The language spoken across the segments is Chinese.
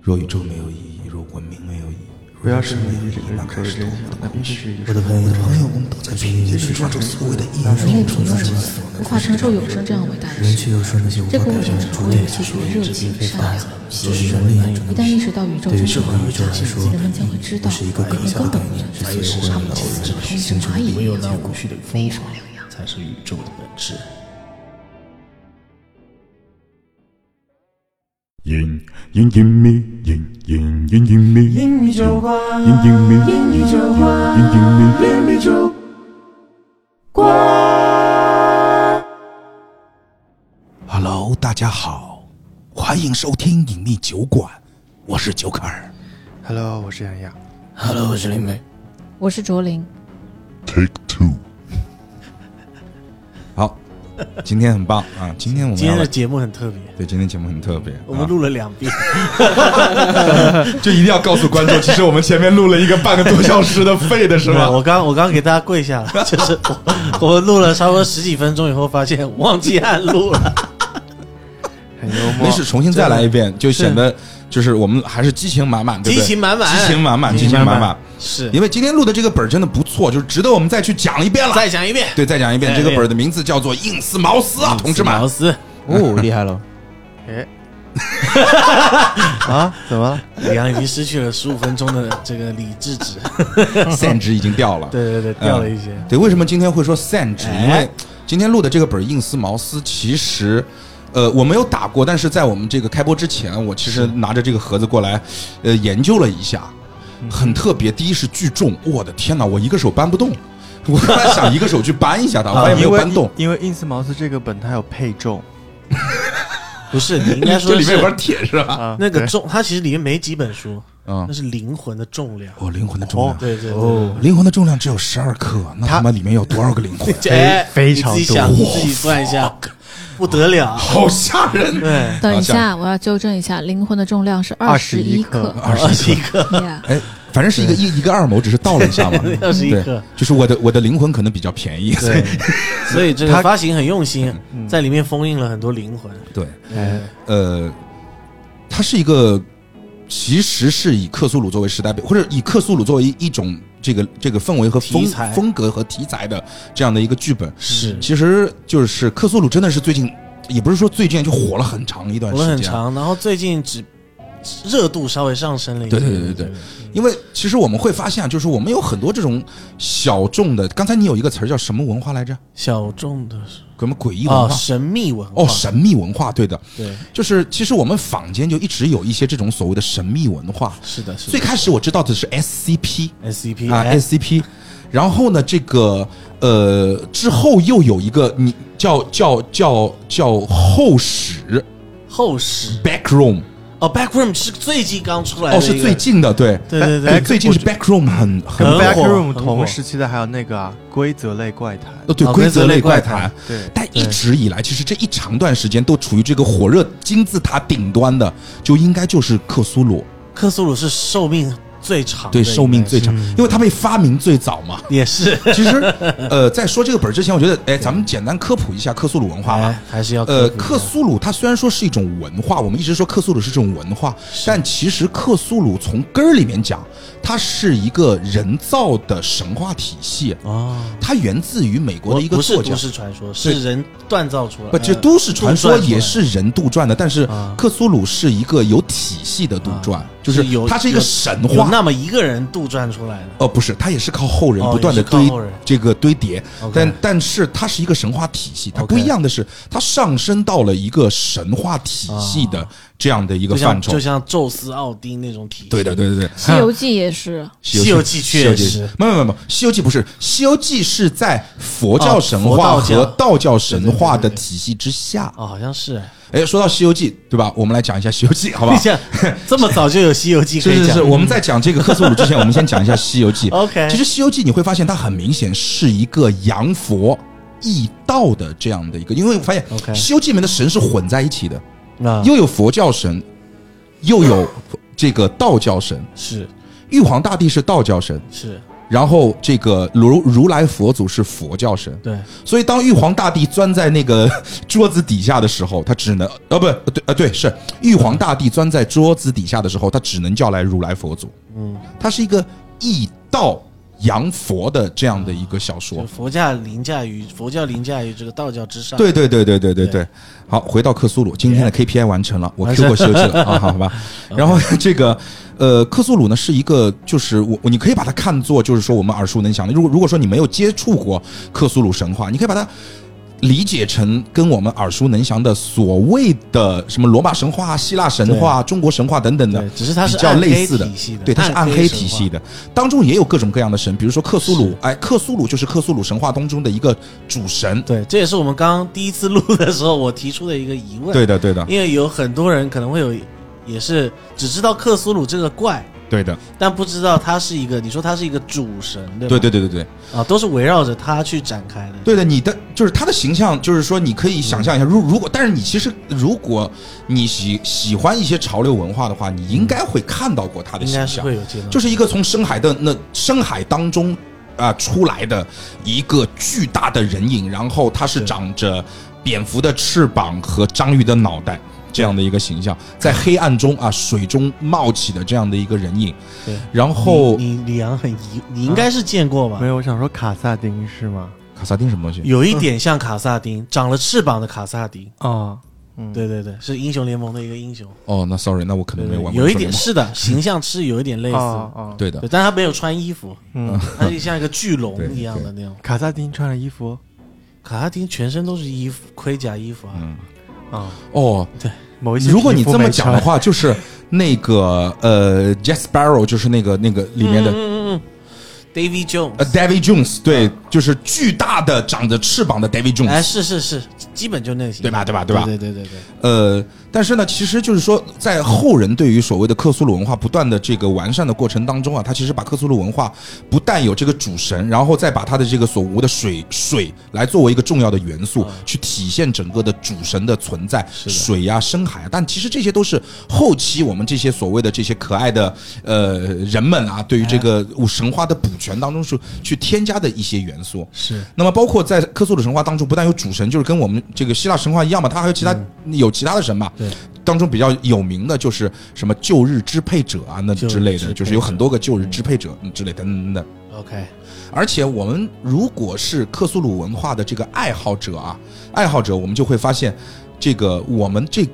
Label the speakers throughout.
Speaker 1: 若宇宙没有意义，若文明没有意义，
Speaker 2: 不要是
Speaker 1: 没有
Speaker 2: 你
Speaker 1: 意
Speaker 2: 这
Speaker 1: 义，
Speaker 2: 个
Speaker 1: 那
Speaker 2: 人
Speaker 1: 该
Speaker 2: 格
Speaker 1: 是
Speaker 2: 真
Speaker 1: 多
Speaker 2: 相
Speaker 1: 么的，
Speaker 2: 那必须
Speaker 1: 我的朋友，我的朋友们都在拼命去抓住所谓的意义，人类
Speaker 3: 承受这些，无法承受永生这样伟大的
Speaker 4: 人
Speaker 3: 事。
Speaker 4: 却又说那些无
Speaker 3: 这
Speaker 4: 法
Speaker 3: 个
Speaker 4: 表
Speaker 3: 我
Speaker 4: 现
Speaker 3: 们
Speaker 4: 的
Speaker 3: 常
Speaker 4: 拙
Speaker 3: 会
Speaker 4: 劣
Speaker 3: 有些
Speaker 4: 之举，
Speaker 3: 热
Speaker 4: 这并
Speaker 3: 情、
Speaker 4: 非
Speaker 3: 善
Speaker 4: 法
Speaker 3: 良
Speaker 4: 子。，
Speaker 3: 其
Speaker 4: 即
Speaker 3: 实人
Speaker 4: 使人类难以
Speaker 3: 一旦意识到宇宙
Speaker 4: 对于
Speaker 3: 真
Speaker 4: 社
Speaker 3: 相
Speaker 4: 会宇宙来说，
Speaker 3: 人们将会知道，
Speaker 4: 是一个
Speaker 3: 人
Speaker 4: 可
Speaker 3: 们
Speaker 4: 笑的
Speaker 3: 根
Speaker 4: 概
Speaker 3: 本不
Speaker 4: 念
Speaker 3: 能，知
Speaker 4: 是
Speaker 3: 道
Speaker 4: 所
Speaker 3: 他
Speaker 4: 有万
Speaker 3: 们其
Speaker 4: 有
Speaker 3: 实
Speaker 4: 的
Speaker 3: 同
Speaker 4: 形
Speaker 3: 时
Speaker 4: 成的
Speaker 3: 怀疑
Speaker 4: 结
Speaker 5: 唯有那
Speaker 4: 果。
Speaker 5: 无序的方法，才是宇宙的本质。
Speaker 6: 隐隐隐秘，隐隐隐隐秘，隐秘酒馆，隐隐秘，隐秘酒馆，隐隐秘，隐秘酒馆。
Speaker 1: Hello，大家好，欢迎收听隐秘酒馆，我是九可儿。
Speaker 2: Hello，我是杨洋。
Speaker 5: Hello，我是林梅。
Speaker 3: 我是卓林，
Speaker 6: Take two。
Speaker 1: 好，今天很棒啊！今天我们
Speaker 5: 今
Speaker 1: 要
Speaker 5: 天
Speaker 1: 来
Speaker 5: 的节目很特别，
Speaker 1: 对今天节目很特别，
Speaker 5: 我们
Speaker 1: 啊、
Speaker 5: 录了两遍，
Speaker 1: 就一定要告诉观众，其实我们前面录了一个半个多小时的废的是
Speaker 5: 对
Speaker 1: 吧？
Speaker 5: 我刚我刚给大家跪下 了，就是我我们录了差不多十几分钟以后，发现忘记按录了。
Speaker 2: 很幽默
Speaker 1: 没，事，重新再来一遍，就显得哦就是我们还是激情满满，对不对？
Speaker 5: 激情满满
Speaker 1: 激情满满，
Speaker 5: 激
Speaker 1: 激
Speaker 5: 情
Speaker 1: 情
Speaker 5: 满满
Speaker 1: 满满。
Speaker 5: 是，
Speaker 1: 因为今天录的这个本儿真的不错，就是值得我们再去讲一遍了。
Speaker 5: 再讲一遍，
Speaker 1: 对，再讲一遍，
Speaker 5: 再
Speaker 1: 这
Speaker 5: 讲一遍
Speaker 1: 个本儿的名字叫做《硬丝毛丝》啊， 同志们
Speaker 5: 毛。丝
Speaker 4: 哦，厉害了！
Speaker 2: 哎，啊，怎么了？
Speaker 5: 李阳已经失去了十五分钟的这个理智值，
Speaker 1: 散值已经掉了。
Speaker 5: 对对对，掉了一些。
Speaker 1: 对，为什么今天会说散值？
Speaker 5: 哎
Speaker 1: 因为今天录的这个本儿《硬丝毛丝》，其实。呃，我没有打过，但是在我们这个开播之前，我其实拿着这个盒子过来，呃，研究了一下，很特别。第一是巨重，我的天哪，我一个手搬不 动。我本来想一个手去搬一下它，我发现
Speaker 2: 因
Speaker 1: 没啊有
Speaker 2: 为
Speaker 1: 搬动。
Speaker 2: 因为 ins 毛丝这个本它有配重
Speaker 5: 不是，你应该说
Speaker 1: 这里面有
Speaker 5: 是
Speaker 1: 块铁是吧？
Speaker 2: 啊，
Speaker 5: 那个
Speaker 2: 对
Speaker 5: 重，它其实里面没几本书，
Speaker 1: 嗯
Speaker 5: 那，是灵魂的重量。
Speaker 1: 哦，灵魂的重量，
Speaker 5: 对对对，
Speaker 1: 灵魂的重量只有十二克，那他妈里面有多少个灵魂？
Speaker 5: 这哎
Speaker 2: 非常
Speaker 5: 你自己
Speaker 2: 多
Speaker 5: 想，你自己算一下，不得 了。
Speaker 1: 好吓人！
Speaker 5: 对，
Speaker 3: 等一
Speaker 1: 好
Speaker 3: 下，我要纠正一下，灵魂的重量是二十
Speaker 2: 21
Speaker 3: 克
Speaker 2: 克。
Speaker 1: 二十
Speaker 5: 二十一克，
Speaker 3: Yeah
Speaker 1: 哎，反正是一个一一个二毛，只是 倒了一下嘛。
Speaker 5: 二十一
Speaker 1: 对
Speaker 5: 克，
Speaker 1: 就是我的我的灵魂可能比较便宜，所以
Speaker 5: 对，所以这个发行很用心，
Speaker 1: 嗯
Speaker 5: 在里面封印了很多灵魂。
Speaker 1: 对，
Speaker 2: 哎，
Speaker 1: 呃，它是一个其实是以克苏鲁作为时代背，或者以克苏鲁作为一一种这个这个氛围和风
Speaker 5: 题材
Speaker 1: 风格和题材的这样的一个剧本。
Speaker 5: 是
Speaker 1: 其实就是克苏鲁真的是最近，也不是说最近就火了很长一段
Speaker 5: 我
Speaker 1: 时
Speaker 5: 们
Speaker 1: 间，啊
Speaker 5: 很长，然后最近只热度稍微上升了一点。
Speaker 1: 对对对对对因为其实我们会发现啊，就是我们有很多这种小众的。刚才你有一个词儿叫什么文化来着？
Speaker 5: 小众的
Speaker 1: 什么诡异文
Speaker 5: 哦，
Speaker 1: 化？
Speaker 5: 神秘文化
Speaker 1: 哦，神秘文化，对的，
Speaker 5: 对，
Speaker 1: 就是其实我们坊间就一直有一些这种所谓的神秘文化。
Speaker 5: 是的，是
Speaker 1: 最
Speaker 5: 的
Speaker 1: 开始我知道的是 SCP
Speaker 5: SCP
Speaker 1: 啊
Speaker 5: 哎
Speaker 1: ，SCP，然后呢，这个呃之后又有一个你叫叫叫叫后史
Speaker 5: 后史
Speaker 1: Backroom，
Speaker 5: 哦，Backroom 是最近刚出来的，
Speaker 1: 哦是最，近的，对
Speaker 5: 哎对对
Speaker 1: 对，
Speaker 5: 对，呃
Speaker 1: 最近是 Backroom 很很
Speaker 2: 跟
Speaker 5: 很火很
Speaker 2: Backroom
Speaker 5: 火
Speaker 2: 同时期的还有那个啊，规则类怪谈，啊
Speaker 1: 哦对
Speaker 5: 哦
Speaker 1: 规
Speaker 5: 规则
Speaker 1: 则类
Speaker 5: 类
Speaker 1: 怪
Speaker 5: 怪
Speaker 1: 谈
Speaker 5: 谈。
Speaker 2: 对，
Speaker 1: 但一直以来，其实这一长段时间都处于这个火热金字塔顶端的，就应该就是克苏鲁，
Speaker 5: 克苏鲁是寿命最长的
Speaker 1: 对
Speaker 5: 一个，
Speaker 1: 寿命最长，
Speaker 2: 嗯
Speaker 1: 因为它被发明最早嘛。
Speaker 5: 也是，
Speaker 1: 其实，呃，在说这个本儿之前，我觉得，哎，咱们简单科普一下克苏鲁文化吧
Speaker 5: 哎。还是要
Speaker 1: 呃，
Speaker 5: 克
Speaker 1: 克
Speaker 5: 服
Speaker 1: 苏鲁它虽然说是一种文化，我们一直说克苏鲁是这种文化，但其实克苏鲁从根儿里面讲，它是一个人造的神话体系，
Speaker 5: 的哦。
Speaker 1: 它源自于美国的一个
Speaker 5: 不是
Speaker 1: 作家
Speaker 5: 都。市传说，是人锻造出来。
Speaker 1: 不，这
Speaker 5: 呃
Speaker 1: 都市传说
Speaker 5: 杜撰出来
Speaker 1: 也是人杜撰的，但是
Speaker 5: 啊
Speaker 1: 克苏鲁是一个有体系的杜撰，就是
Speaker 5: 是有
Speaker 1: 它是一个
Speaker 5: 有
Speaker 1: 神
Speaker 5: 有
Speaker 1: 话。
Speaker 5: 那么一个人杜撰出来的。
Speaker 1: 哦，不是，它也是靠后人
Speaker 5: 哦
Speaker 1: 不断的
Speaker 5: 也是靠
Speaker 1: 堆、
Speaker 5: 后人
Speaker 1: 这个堆叠
Speaker 5: OK
Speaker 1: 但但是它是一个神话体系，它
Speaker 5: OK
Speaker 1: 不一样的是，它上升到了一个神话体系的这样的一个
Speaker 5: 就
Speaker 1: 范
Speaker 5: 像
Speaker 1: 畴。
Speaker 5: 啊就像宙斯、奥丁那种体系。
Speaker 1: 对的，对对对，《
Speaker 3: 西游记也是，
Speaker 5: 西游记
Speaker 1: 西游
Speaker 5: 确
Speaker 1: 记
Speaker 5: 实
Speaker 1: 没有没有没有，《西游记》不是，《西游记》是在佛教
Speaker 5: 哦
Speaker 1: 神
Speaker 5: 佛
Speaker 1: 话
Speaker 5: 道教
Speaker 1: 和道教神话
Speaker 5: 对对对
Speaker 1: 的
Speaker 5: 对对
Speaker 1: 体系之下。
Speaker 5: 哦，好像是哎。
Speaker 1: 哎，说到《西游记》，对吧？我们来讲一下《西游记》，好不
Speaker 5: 你
Speaker 1: 好？
Speaker 5: 想这么早就有《西游记》可
Speaker 1: 是
Speaker 5: 以
Speaker 1: 是
Speaker 5: 讲？
Speaker 1: 是，我们在讲这个克苏鲁之前，我们先讲一下《西游记》。
Speaker 5: OK
Speaker 1: 其实《西游记》你会发现它很明显是一个洋佛异道的这样的一个，因为我发现
Speaker 5: OK
Speaker 1: 《
Speaker 5: 啊
Speaker 1: 西游记》里面的神是混在一起的，
Speaker 5: 那
Speaker 1: 又有佛教神，又有这个道教神。
Speaker 5: 是
Speaker 1: 玉皇大帝是道教神，
Speaker 5: 是
Speaker 1: 然后这个如如来佛祖是佛教神，
Speaker 5: 对，
Speaker 1: 所以当玉皇大帝钻在那个 桌子底下的时候，他只能呃不对呃对是玉皇大帝钻在桌子底下的时候，他只能叫来如来佛祖。嗯，它是一个以道扬佛的这样的一个小说
Speaker 5: 就。佛教凌驾于佛教凌驾于这个道教之上。
Speaker 1: 对对对对对对对
Speaker 5: 对，
Speaker 1: 好，回到克苏鲁，今天的 KPI 完成了，我 Q 过休息 了啊，好吧。然后这个呃，克苏鲁呢是一个，就是我你可以把它看作就是说我们耳熟能详的。如果如果说你没有接触过克苏鲁神话，你可以把它理解成跟我们耳熟能详的所谓的什么罗马神话、啊希腊神话、中国神话等等的
Speaker 5: 对，，只是它是
Speaker 1: 比较
Speaker 5: 暗
Speaker 1: 类
Speaker 5: 黑
Speaker 1: 似的
Speaker 5: 体系的，
Speaker 1: 对，它是暗黑
Speaker 5: 神
Speaker 1: 体
Speaker 5: 话
Speaker 1: 系的，当中也有各种各样的神，比如说克苏鲁，哎，克苏鲁就是克苏鲁神话当中的一个主神，
Speaker 5: 对，这也是我们刚刚第一次录的时候我提出的一个疑问。，
Speaker 1: 对的，对的，
Speaker 5: 因为有很多人可能会有，也是只知道克苏鲁这个怪，
Speaker 1: 对的，
Speaker 5: 但不知道他是一个，你说他是一个主神，对吧？
Speaker 1: 对对对对对
Speaker 5: 啊，都是围绕着他去展开的。
Speaker 1: 对的，你的就是他的形象，就是说你可以想象一下，如如果，但是你其实如果你喜喜欢一些潮流文化的话，你应该会看到过他的
Speaker 5: 应该
Speaker 1: 形
Speaker 5: 是
Speaker 1: 象，
Speaker 5: 会有这种，
Speaker 1: 就是一个从深海的那深海当中啊、出来的一个巨大的人影，然后它是
Speaker 5: 是
Speaker 1: 长着蝙蝠的翅膀和章鱼的脑袋这样的一个形象，在黑暗中啊水中冒起的这样的一个人影。
Speaker 5: 对
Speaker 1: 然后
Speaker 5: 你你李阳很疑，你应该是见过吧？
Speaker 2: 没有，我想说卡萨丁是吗？
Speaker 1: 卡萨丁什么东西？
Speaker 5: 有一点像卡萨 丁，长了翅膀的卡萨丁。
Speaker 2: 啊，嗯，
Speaker 5: 对对对，是英雄联盟的一个英雄。
Speaker 1: 哦，那 sorry，那我可
Speaker 5: 对
Speaker 1: 能没有
Speaker 5: 对对
Speaker 1: 玩过。
Speaker 5: 有一点是的，形象是有一点类
Speaker 2: 啊
Speaker 5: 似，
Speaker 2: 啊，
Speaker 1: 对的
Speaker 5: 对，，但他没有穿衣服，
Speaker 2: 嗯，
Speaker 5: 他就像一个巨
Speaker 1: 对
Speaker 5: 龙
Speaker 1: 对
Speaker 5: 一样的那种。
Speaker 2: 卡萨丁穿的衣服
Speaker 5: 卡萨丁全身都是衣服，盔甲衣服啊。
Speaker 1: 嗯，
Speaker 2: 啊，
Speaker 1: 哦，
Speaker 2: 某一些
Speaker 1: 如果你
Speaker 2: 皮肤
Speaker 1: 这么
Speaker 2: 没
Speaker 1: 讲的
Speaker 2: 穿，
Speaker 1: 话，就是那个呃 j a s p a r r o w 就是那个那个里面的
Speaker 5: 嗯嗯嗯嗯，David
Speaker 1: 呃
Speaker 5: Jones，
Speaker 1: David Jones，对，就是巨大的长着翅膀的 David
Speaker 5: 哎，
Speaker 1: Jones，
Speaker 5: 是是是，基本就那型，
Speaker 1: 嗯对吧？对吧？对吧？
Speaker 5: 对对对对
Speaker 1: 呃，但是呢，其实就是说，在后人对于所谓的克苏鲁文化不断的这个完善的过程当中啊，他其实把克苏鲁文化不但有这个主神，然后再把他的这个所无的水水来作为一个重要的元素，去体现整个的主神的存在，
Speaker 5: 的
Speaker 1: 水呀、深海啊。但其实这些都是后期我们这些所谓的这些可爱的呃人们啊，对于这个神话的补全当中是去添加的一些元素。
Speaker 5: 是。
Speaker 1: 那么包括在克苏鲁神话当中，不但有主神，就是跟我们这个希腊神话一样嘛，它还有其他、有其他的神嘛。
Speaker 5: 嗯对，
Speaker 1: 当中比较有名的就是什么旧日支配者啊，那之类
Speaker 5: 旧日支
Speaker 1: 的，
Speaker 5: 配者
Speaker 1: 就是有很多个旧日支配者嗯之类等等等等。
Speaker 5: OK，
Speaker 1: 而且我们如果是克苏鲁文化的这个爱好者啊，爱好者，我们就会发现，这个我们这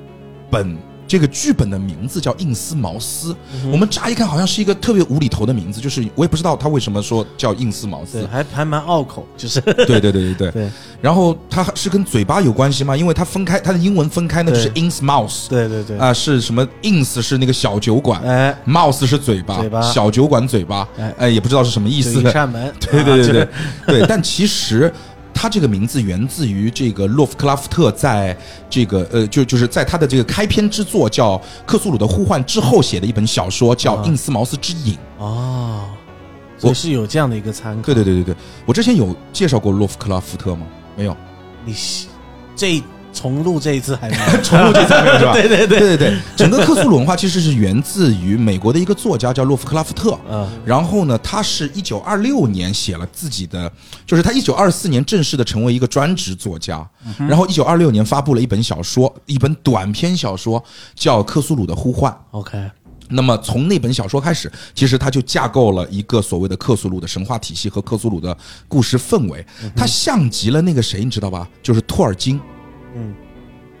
Speaker 1: 本这个剧本的名字叫《印斯茅斯》，
Speaker 5: 嗯
Speaker 1: 我们乍一看好像是一个特别无厘头的名字，就是我也不知道他为什么说叫印斯茅斯
Speaker 5: 对，。还还蛮拗口，就是
Speaker 1: 对对对对对。
Speaker 5: 对
Speaker 1: 然后它是跟嘴巴有关系吗？因为它分开，它的英文分开呢就
Speaker 5: 对
Speaker 1: 是 ins mouse
Speaker 5: 对对对，
Speaker 1: 啊、是什么 ins 是那个小酒馆、
Speaker 5: 哎，
Speaker 1: m o u s e 是嘴巴，
Speaker 5: 嘴巴
Speaker 1: 小酒馆嘴巴，哎
Speaker 5: 哎、
Speaker 1: 也不知道是什么意
Speaker 5: 就
Speaker 1: 思
Speaker 5: 一
Speaker 1: 的。
Speaker 5: 扇门，
Speaker 1: 对对对 对
Speaker 5: 啊
Speaker 1: 对，但其实。它这个名字源自于这个洛夫克拉夫特在这个呃，就就是在他的这个开篇之作叫《克苏鲁的呼唤》之后写的一本小说，叫《
Speaker 5: 啊
Speaker 1: 印斯茅斯之影》。
Speaker 5: 就哦，所以是有这样的一个参考。
Speaker 1: 对对对对对，我之前有介绍过洛夫克拉夫特吗？没有，
Speaker 5: 你这重录这一次还没有
Speaker 1: 重录这次没有是吧？
Speaker 5: 对对
Speaker 1: 对
Speaker 5: 对，
Speaker 1: 对对，整个克苏鲁文化其实是源自于美国的一个作家叫洛夫克拉夫特。
Speaker 5: 嗯，
Speaker 1: 然后呢，他是一九二六年写了自己的，就是他一九二四年正式的成为一个专职作家，
Speaker 5: 嗯
Speaker 1: 然后一九二六年发布了一本小说，一本短篇小说叫《克苏鲁的呼唤》。
Speaker 5: OK，
Speaker 1: 那么从那本小说开始，其实它就架构了一个所谓的克苏鲁的神话体系和克苏鲁的故事氛围，它像极了那个谁，你知道吧？就是托尔金，
Speaker 5: 嗯，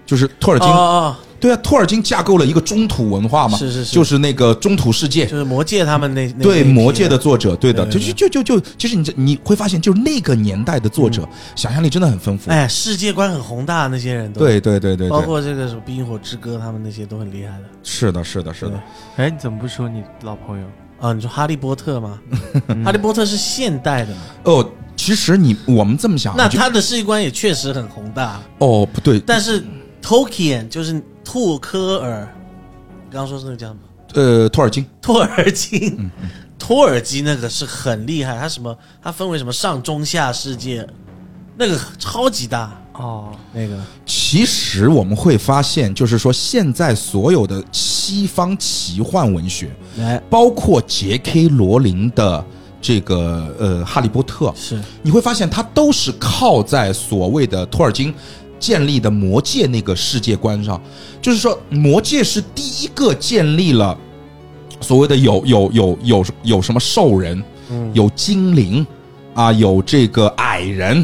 Speaker 1: 就是托尔金
Speaker 5: 哦哦，
Speaker 1: 对啊，托尔金架构了一个中土文化嘛，
Speaker 5: 是是是
Speaker 1: 就是那个中土世界
Speaker 5: 就。是魔界他们那那
Speaker 1: 对
Speaker 5: 那一批
Speaker 1: 魔界的作者，对的，
Speaker 5: 对对
Speaker 1: 就就就就，其实你这你会发现，就是那个年代的作者、想象力真的很丰富。
Speaker 5: 嗯哎，世界观很宏大，那些人都，
Speaker 1: 对对对对
Speaker 5: 包
Speaker 1: 对，
Speaker 5: 括这个什么《冰与火之歌》，他们那些都很厉害的。
Speaker 1: 是的，是的，是的
Speaker 5: 对，
Speaker 2: 哎，你怎么不说你老朋友？
Speaker 5: 啊，你说《哈利波特》 吗？《哈利波特》是现代的嘛，
Speaker 1: 哦，其实你我们这么想，
Speaker 5: 那
Speaker 1: 啊就
Speaker 5: 他的世界观也确实很宏大，
Speaker 1: 哦不对，
Speaker 5: 但是 Tolkien 就是托科尔，你刚刚说是那个叫什么？
Speaker 1: 呃，托尔金，
Speaker 5: 托尔金，托尔金那个是很厉害，他什么？他分为什么上中下世界，那个超级大，
Speaker 2: 哦，
Speaker 5: 那个
Speaker 1: 其实我们会发现，就是说现在所有的西方奇幻文学，
Speaker 5: 来
Speaker 1: 包括杰 K 罗琳的这个呃《哈利波特》，
Speaker 5: 是
Speaker 1: 你会发现它都是靠在所谓的托尔金建立的魔界那个世界观上，就是说魔界是第一个建立了所谓的有有有有有什么兽人，
Speaker 5: 嗯
Speaker 1: 有精灵啊，有这个矮人。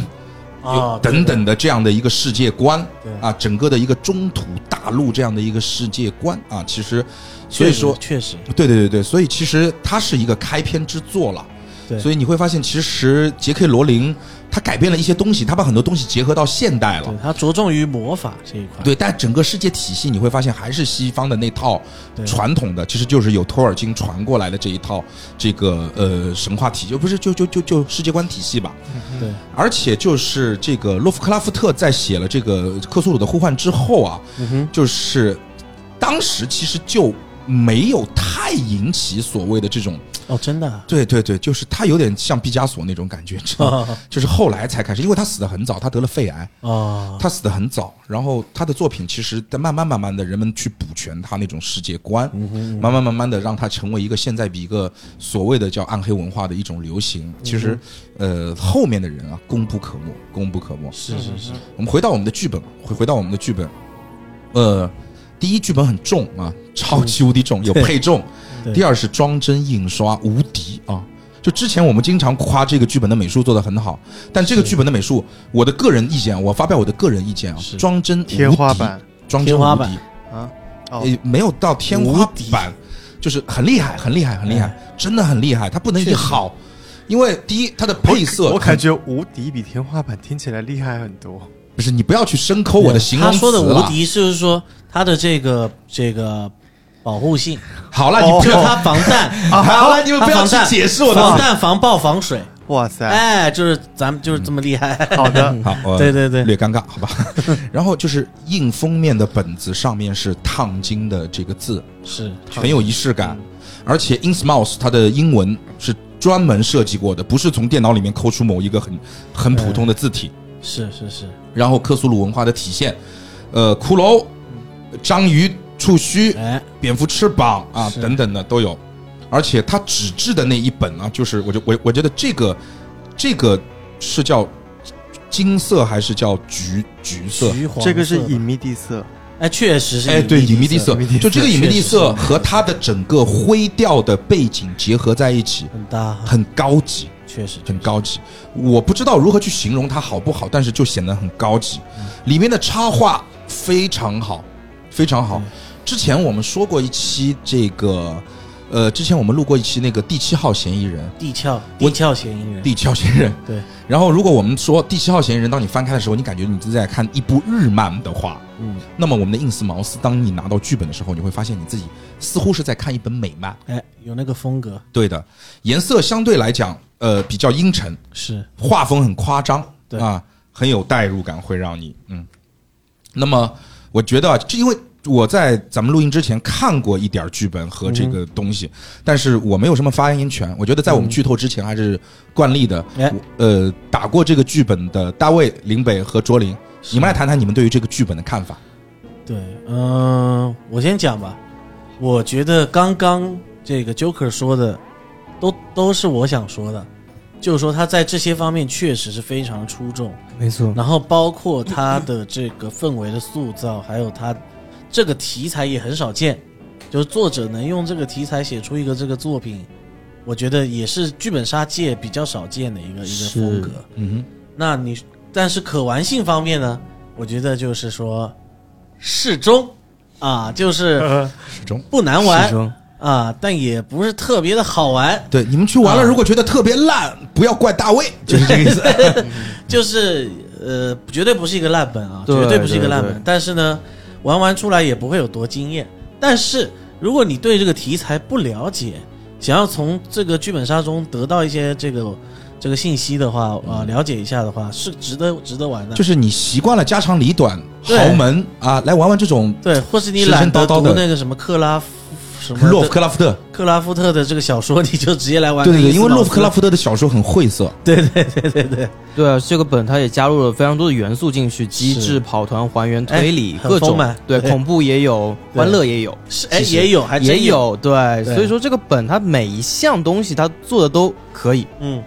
Speaker 5: 啊，对
Speaker 1: 等等的这样的一个世界观
Speaker 5: 对
Speaker 1: 啊，整个的一个中土大陆这样的一个世界观啊，其实，所以
Speaker 5: 确实
Speaker 1: 说，
Speaker 5: 确实
Speaker 1: 对对对对，所以其实它是一个开篇之作了。
Speaker 5: 对
Speaker 1: 所以你会发现，其实杰克罗琳他改变了一些东西，他把很多东西结合到现代了
Speaker 5: 对。他着重于魔法这一块，
Speaker 1: 对，但整个世界体系你会发现还是西方的那套
Speaker 5: 对
Speaker 1: 传统的，其实就是有托尔金传过来的这一套这个呃神话体系，不是就就就就世界观体系吧？
Speaker 5: 对，
Speaker 1: 而且就是这个洛夫克拉夫特在写了这个《克苏鲁的呼唤》之后啊，
Speaker 5: 嗯哼，
Speaker 1: 就是当时其实就没有太引起所谓的这种，
Speaker 5: 哦，真的啊，
Speaker 1: 对对对，就是他有点像毕加索那种感觉，知道吗？就是后来才开始，因为他死的很早，他得了肺癌，
Speaker 5: 哦，
Speaker 1: 他死的很早，然后他的作品其实在慢慢慢慢的，人们去补全他那种世界观，慢慢慢慢的让他成为一个现在比一个所谓的叫暗黑文化的一种流行。其实，呃，后面的人啊，功不可没，功不可没。
Speaker 5: 是是是，
Speaker 1: 我们回到我们的剧本，回回到我们的剧本，呃，第一剧本很重啊，超级无敌重，有配重
Speaker 5: 嗯对。
Speaker 1: 第二是装帧印刷无敌啊。就之前我们经常夸这个剧本的美术做得很好，但这个
Speaker 5: 是
Speaker 1: 剧本的美术，我的个人意见，我发表我的个人意见啊
Speaker 5: 是，
Speaker 1: 装帧无敌
Speaker 2: 天花，板
Speaker 1: 装帧
Speaker 5: 天
Speaker 1: 无
Speaker 5: 花
Speaker 1: 敌
Speaker 5: 板
Speaker 2: 啊，哦
Speaker 1: 呃，没有到天花板，就是很厉害，很厉害，很厉害，真的很厉害。它不能
Speaker 5: 哎确
Speaker 1: 一
Speaker 5: 实
Speaker 1: 好，因为第一它的
Speaker 2: 我
Speaker 1: 配色
Speaker 2: 我感
Speaker 1: 很，
Speaker 2: 觉无敌比天花板听起来厉害很多。
Speaker 1: 不是你不要去深抠我的形容
Speaker 5: 他
Speaker 1: 词啊
Speaker 5: 说的无
Speaker 1: 了
Speaker 5: 敌就是说他的这个这个保 护性，
Speaker 1: 好啊了，你
Speaker 2: 哦
Speaker 1: 不
Speaker 5: 就
Speaker 1: 要啊
Speaker 5: 他防 弹，
Speaker 1: 好了，你们
Speaker 5: 他
Speaker 1: 不要
Speaker 5: 防
Speaker 1: 去
Speaker 5: 弹
Speaker 1: 解释我的
Speaker 5: 防
Speaker 1: 了。
Speaker 5: 弹、防爆、防水，
Speaker 2: 哇塞，
Speaker 5: 哎，就是咱们就是这么厉害，
Speaker 2: 好 的，
Speaker 1: 好，我
Speaker 5: 对对对
Speaker 1: 略尴尬，好吧。 然后就是硬封面的本子上面是烫金的这个字，
Speaker 5: 是
Speaker 1: 很有仪式感。
Speaker 5: 嗯
Speaker 1: 而且 Insmouse 它的英文是专门设计过的，不是从电脑里面抠出某一个很很普通的字体。
Speaker 5: 是是是，
Speaker 1: 然后克苏鲁文化的体现，呃，骷髅、章鱼、触须、
Speaker 5: 哎，
Speaker 1: 蝙蝠翅膀啊
Speaker 5: 是
Speaker 1: 等等的都有，而且它纸质的那一本呢、就是我就我我觉得这个这个是叫金色还是叫橘橘色？
Speaker 5: 橘黄色
Speaker 2: 这个是隐秘地 色，
Speaker 5: 哎，确实是
Speaker 1: 哎，对，
Speaker 5: 隐
Speaker 1: 隐秘
Speaker 5: 秘
Speaker 1: 地色
Speaker 2: 隐秘地，色
Speaker 1: 就这个隐秘地
Speaker 5: 确
Speaker 1: 色
Speaker 5: 实是
Speaker 1: 和它的整个灰调的背景结合在一起，
Speaker 5: 很大，
Speaker 1: 很高级，
Speaker 5: 确实
Speaker 1: 很，高级。我不知道如何去形容它好不好，但是就显得很高级。里面的插画非常好，非常好
Speaker 5: 嗯。
Speaker 1: 之前我们说过一期这个，呃，之前我们录过一期那个第七号嫌疑人，
Speaker 5: 地壳
Speaker 1: 我
Speaker 5: 地壳嫌疑人，
Speaker 1: 第七号嫌疑人。
Speaker 5: 对，
Speaker 1: 然后，如果我们说第七号嫌疑人，当你翻开的时候，你感觉你正在看一部日漫的话，
Speaker 5: 嗯，
Speaker 1: 那么我们的印斯茅斯，当你拿到剧本的时候，你会发现你自己似乎是在看一本美漫。
Speaker 5: 哎，有那个风格
Speaker 1: 对的，颜色相对来讲，呃，比较阴沉，
Speaker 5: 是
Speaker 1: 画风很夸张，
Speaker 5: 对
Speaker 1: 啊，很有代入感，会让你嗯。那么我觉得啊，这因为我在咱们录音之前看过一点剧本和这个东西，但是我没有什么发言权。我觉得在我们剧透之前还是惯例的，
Speaker 5: 哎
Speaker 1: 我呃，打过这个剧本的大卫、林北和卓林，
Speaker 5: 是
Speaker 1: 你们来谈谈你们对于这个剧本的看法。
Speaker 5: 对，嗯、我先讲吧。我觉得刚刚这个 Joker 说的，都都是我想说的，就是说他在这些方面确实是非常出众，
Speaker 4: 没错，
Speaker 5: 然后包括他的这个氛围的塑造，还有他这个题材也很少见，就是作者能用这个题材写出一个这个作品，我觉得也是剧本杀界比较少见的一个一个
Speaker 4: 是
Speaker 5: 风格。
Speaker 1: 嗯
Speaker 5: 那你但是可玩性方面呢，我觉得就是说适中啊，就是
Speaker 1: 哼，始终
Speaker 5: 不难
Speaker 2: 始
Speaker 5: 玩
Speaker 2: 终
Speaker 5: 啊，但也不是特别的好玩，
Speaker 1: 对你们去玩了，
Speaker 5: 啊
Speaker 1: 如果觉得特别烂，不要怪大卫，就是这个意思。
Speaker 5: 就是呃，绝对不是一个烂本啊，
Speaker 4: 对
Speaker 5: 绝对不是一个烂
Speaker 4: 对
Speaker 5: 本
Speaker 4: 对。
Speaker 5: 但是呢，玩完出来也不会有多惊艳。但是如果你对这个题材不了解，想要从这个剧本杀中得到一些这个这个信息的话，啊，了解一下的话，是值得值得玩的。
Speaker 1: 就是你习惯了家长里短、
Speaker 5: 对
Speaker 1: 豪门啊，来玩玩这种
Speaker 5: 对，或是你
Speaker 1: 神神
Speaker 5: 懒得
Speaker 1: 叨叨
Speaker 5: 读
Speaker 1: 的
Speaker 5: 那个什么克拉夫什么
Speaker 1: 洛夫克拉夫特，
Speaker 5: 克拉夫特的这个小说，你就直接来玩。
Speaker 1: 对对对，因为洛夫克拉夫特的小说很晦涩，
Speaker 4: 对啊，这个本它也加入了非常多的元素进去，机
Speaker 5: 是
Speaker 4: 制、跑团、还原、推理
Speaker 5: 哎很
Speaker 4: 各
Speaker 5: 丰
Speaker 4: 种
Speaker 5: 满，
Speaker 4: 对，
Speaker 5: 对
Speaker 4: 恐怖也有，
Speaker 5: 对
Speaker 4: 欢乐也有，
Speaker 5: 是哎
Speaker 4: 其实
Speaker 5: 也有还真
Speaker 4: 也有，对，
Speaker 5: 对
Speaker 4: 所以说这个本它每一项东西它做的都可以，
Speaker 5: 嗯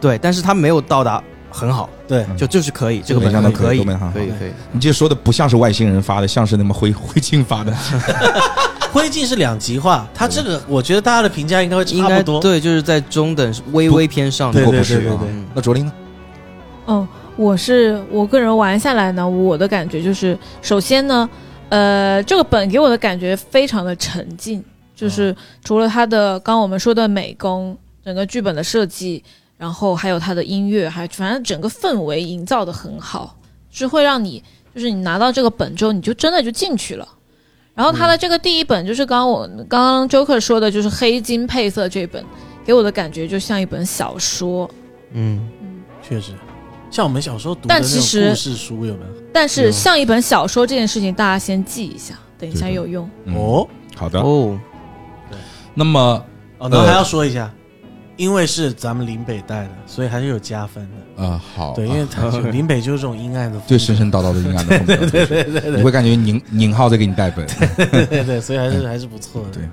Speaker 4: 对，但是它没有到达很好，
Speaker 5: 对
Speaker 4: 就就是可以，这个
Speaker 1: 每
Speaker 4: 本
Speaker 1: 项
Speaker 4: 它
Speaker 1: 都
Speaker 4: 可
Speaker 1: 以，
Speaker 4: 以
Speaker 1: 都，没哈。
Speaker 4: 可以可以，
Speaker 1: 你这说的不像是外星人发的，像是那么灰 灰烬发的。
Speaker 5: 灰烬是两极化，它这个我觉得大家的评价应该会
Speaker 4: 应
Speaker 5: 差
Speaker 4: 该
Speaker 5: 不多。
Speaker 4: 对，就是在中等微微偏 上的，
Speaker 1: 不过
Speaker 5: 对
Speaker 1: 不
Speaker 5: 对
Speaker 1: 是
Speaker 5: 对
Speaker 1: 啊
Speaker 5: 对
Speaker 4: 嗯
Speaker 1: 那卓林呢？
Speaker 3: 哦，我是我个人玩下来呢，我的感觉就是，首先呢，呃，这个本给我的感觉非常的沉浸，就是除了它的刚刚我们说的美工，整个剧本的设计，然后还有它的音乐，还反正整个氛围营造的很好，是会让你就是你拿到这个本之后，你就真的就进去了。然后它的这个第一本就是刚刚我刚刚 Joker 说的，就是黑金配色这本，给我的感觉就像一本小说，
Speaker 4: 嗯，
Speaker 5: 确实，像我们小时候读的
Speaker 3: 但
Speaker 5: 那种
Speaker 3: 其实
Speaker 5: 故事书有没有？
Speaker 3: 但
Speaker 4: 对
Speaker 3: 是
Speaker 4: 哦
Speaker 3: 像一本小说这件事情，大家先记一下，等一下
Speaker 1: 对的
Speaker 3: 有用。
Speaker 1: 嗯，
Speaker 5: 哦
Speaker 1: 好的。
Speaker 4: 哦，
Speaker 1: 那么
Speaker 5: 哦，那
Speaker 1: 呃
Speaker 5: 还要说一下，因为是咱们林北带的，所以还是有加分的。
Speaker 1: 呃，好，
Speaker 5: 对，因为 他就林北就是这种阴暗的风格，
Speaker 1: 最神神叨叨的阴暗的风 格，对对对对，你会感觉宁宁浩在给你带本，
Speaker 5: 对对对，所以还是还是不错的。
Speaker 1: 嗯对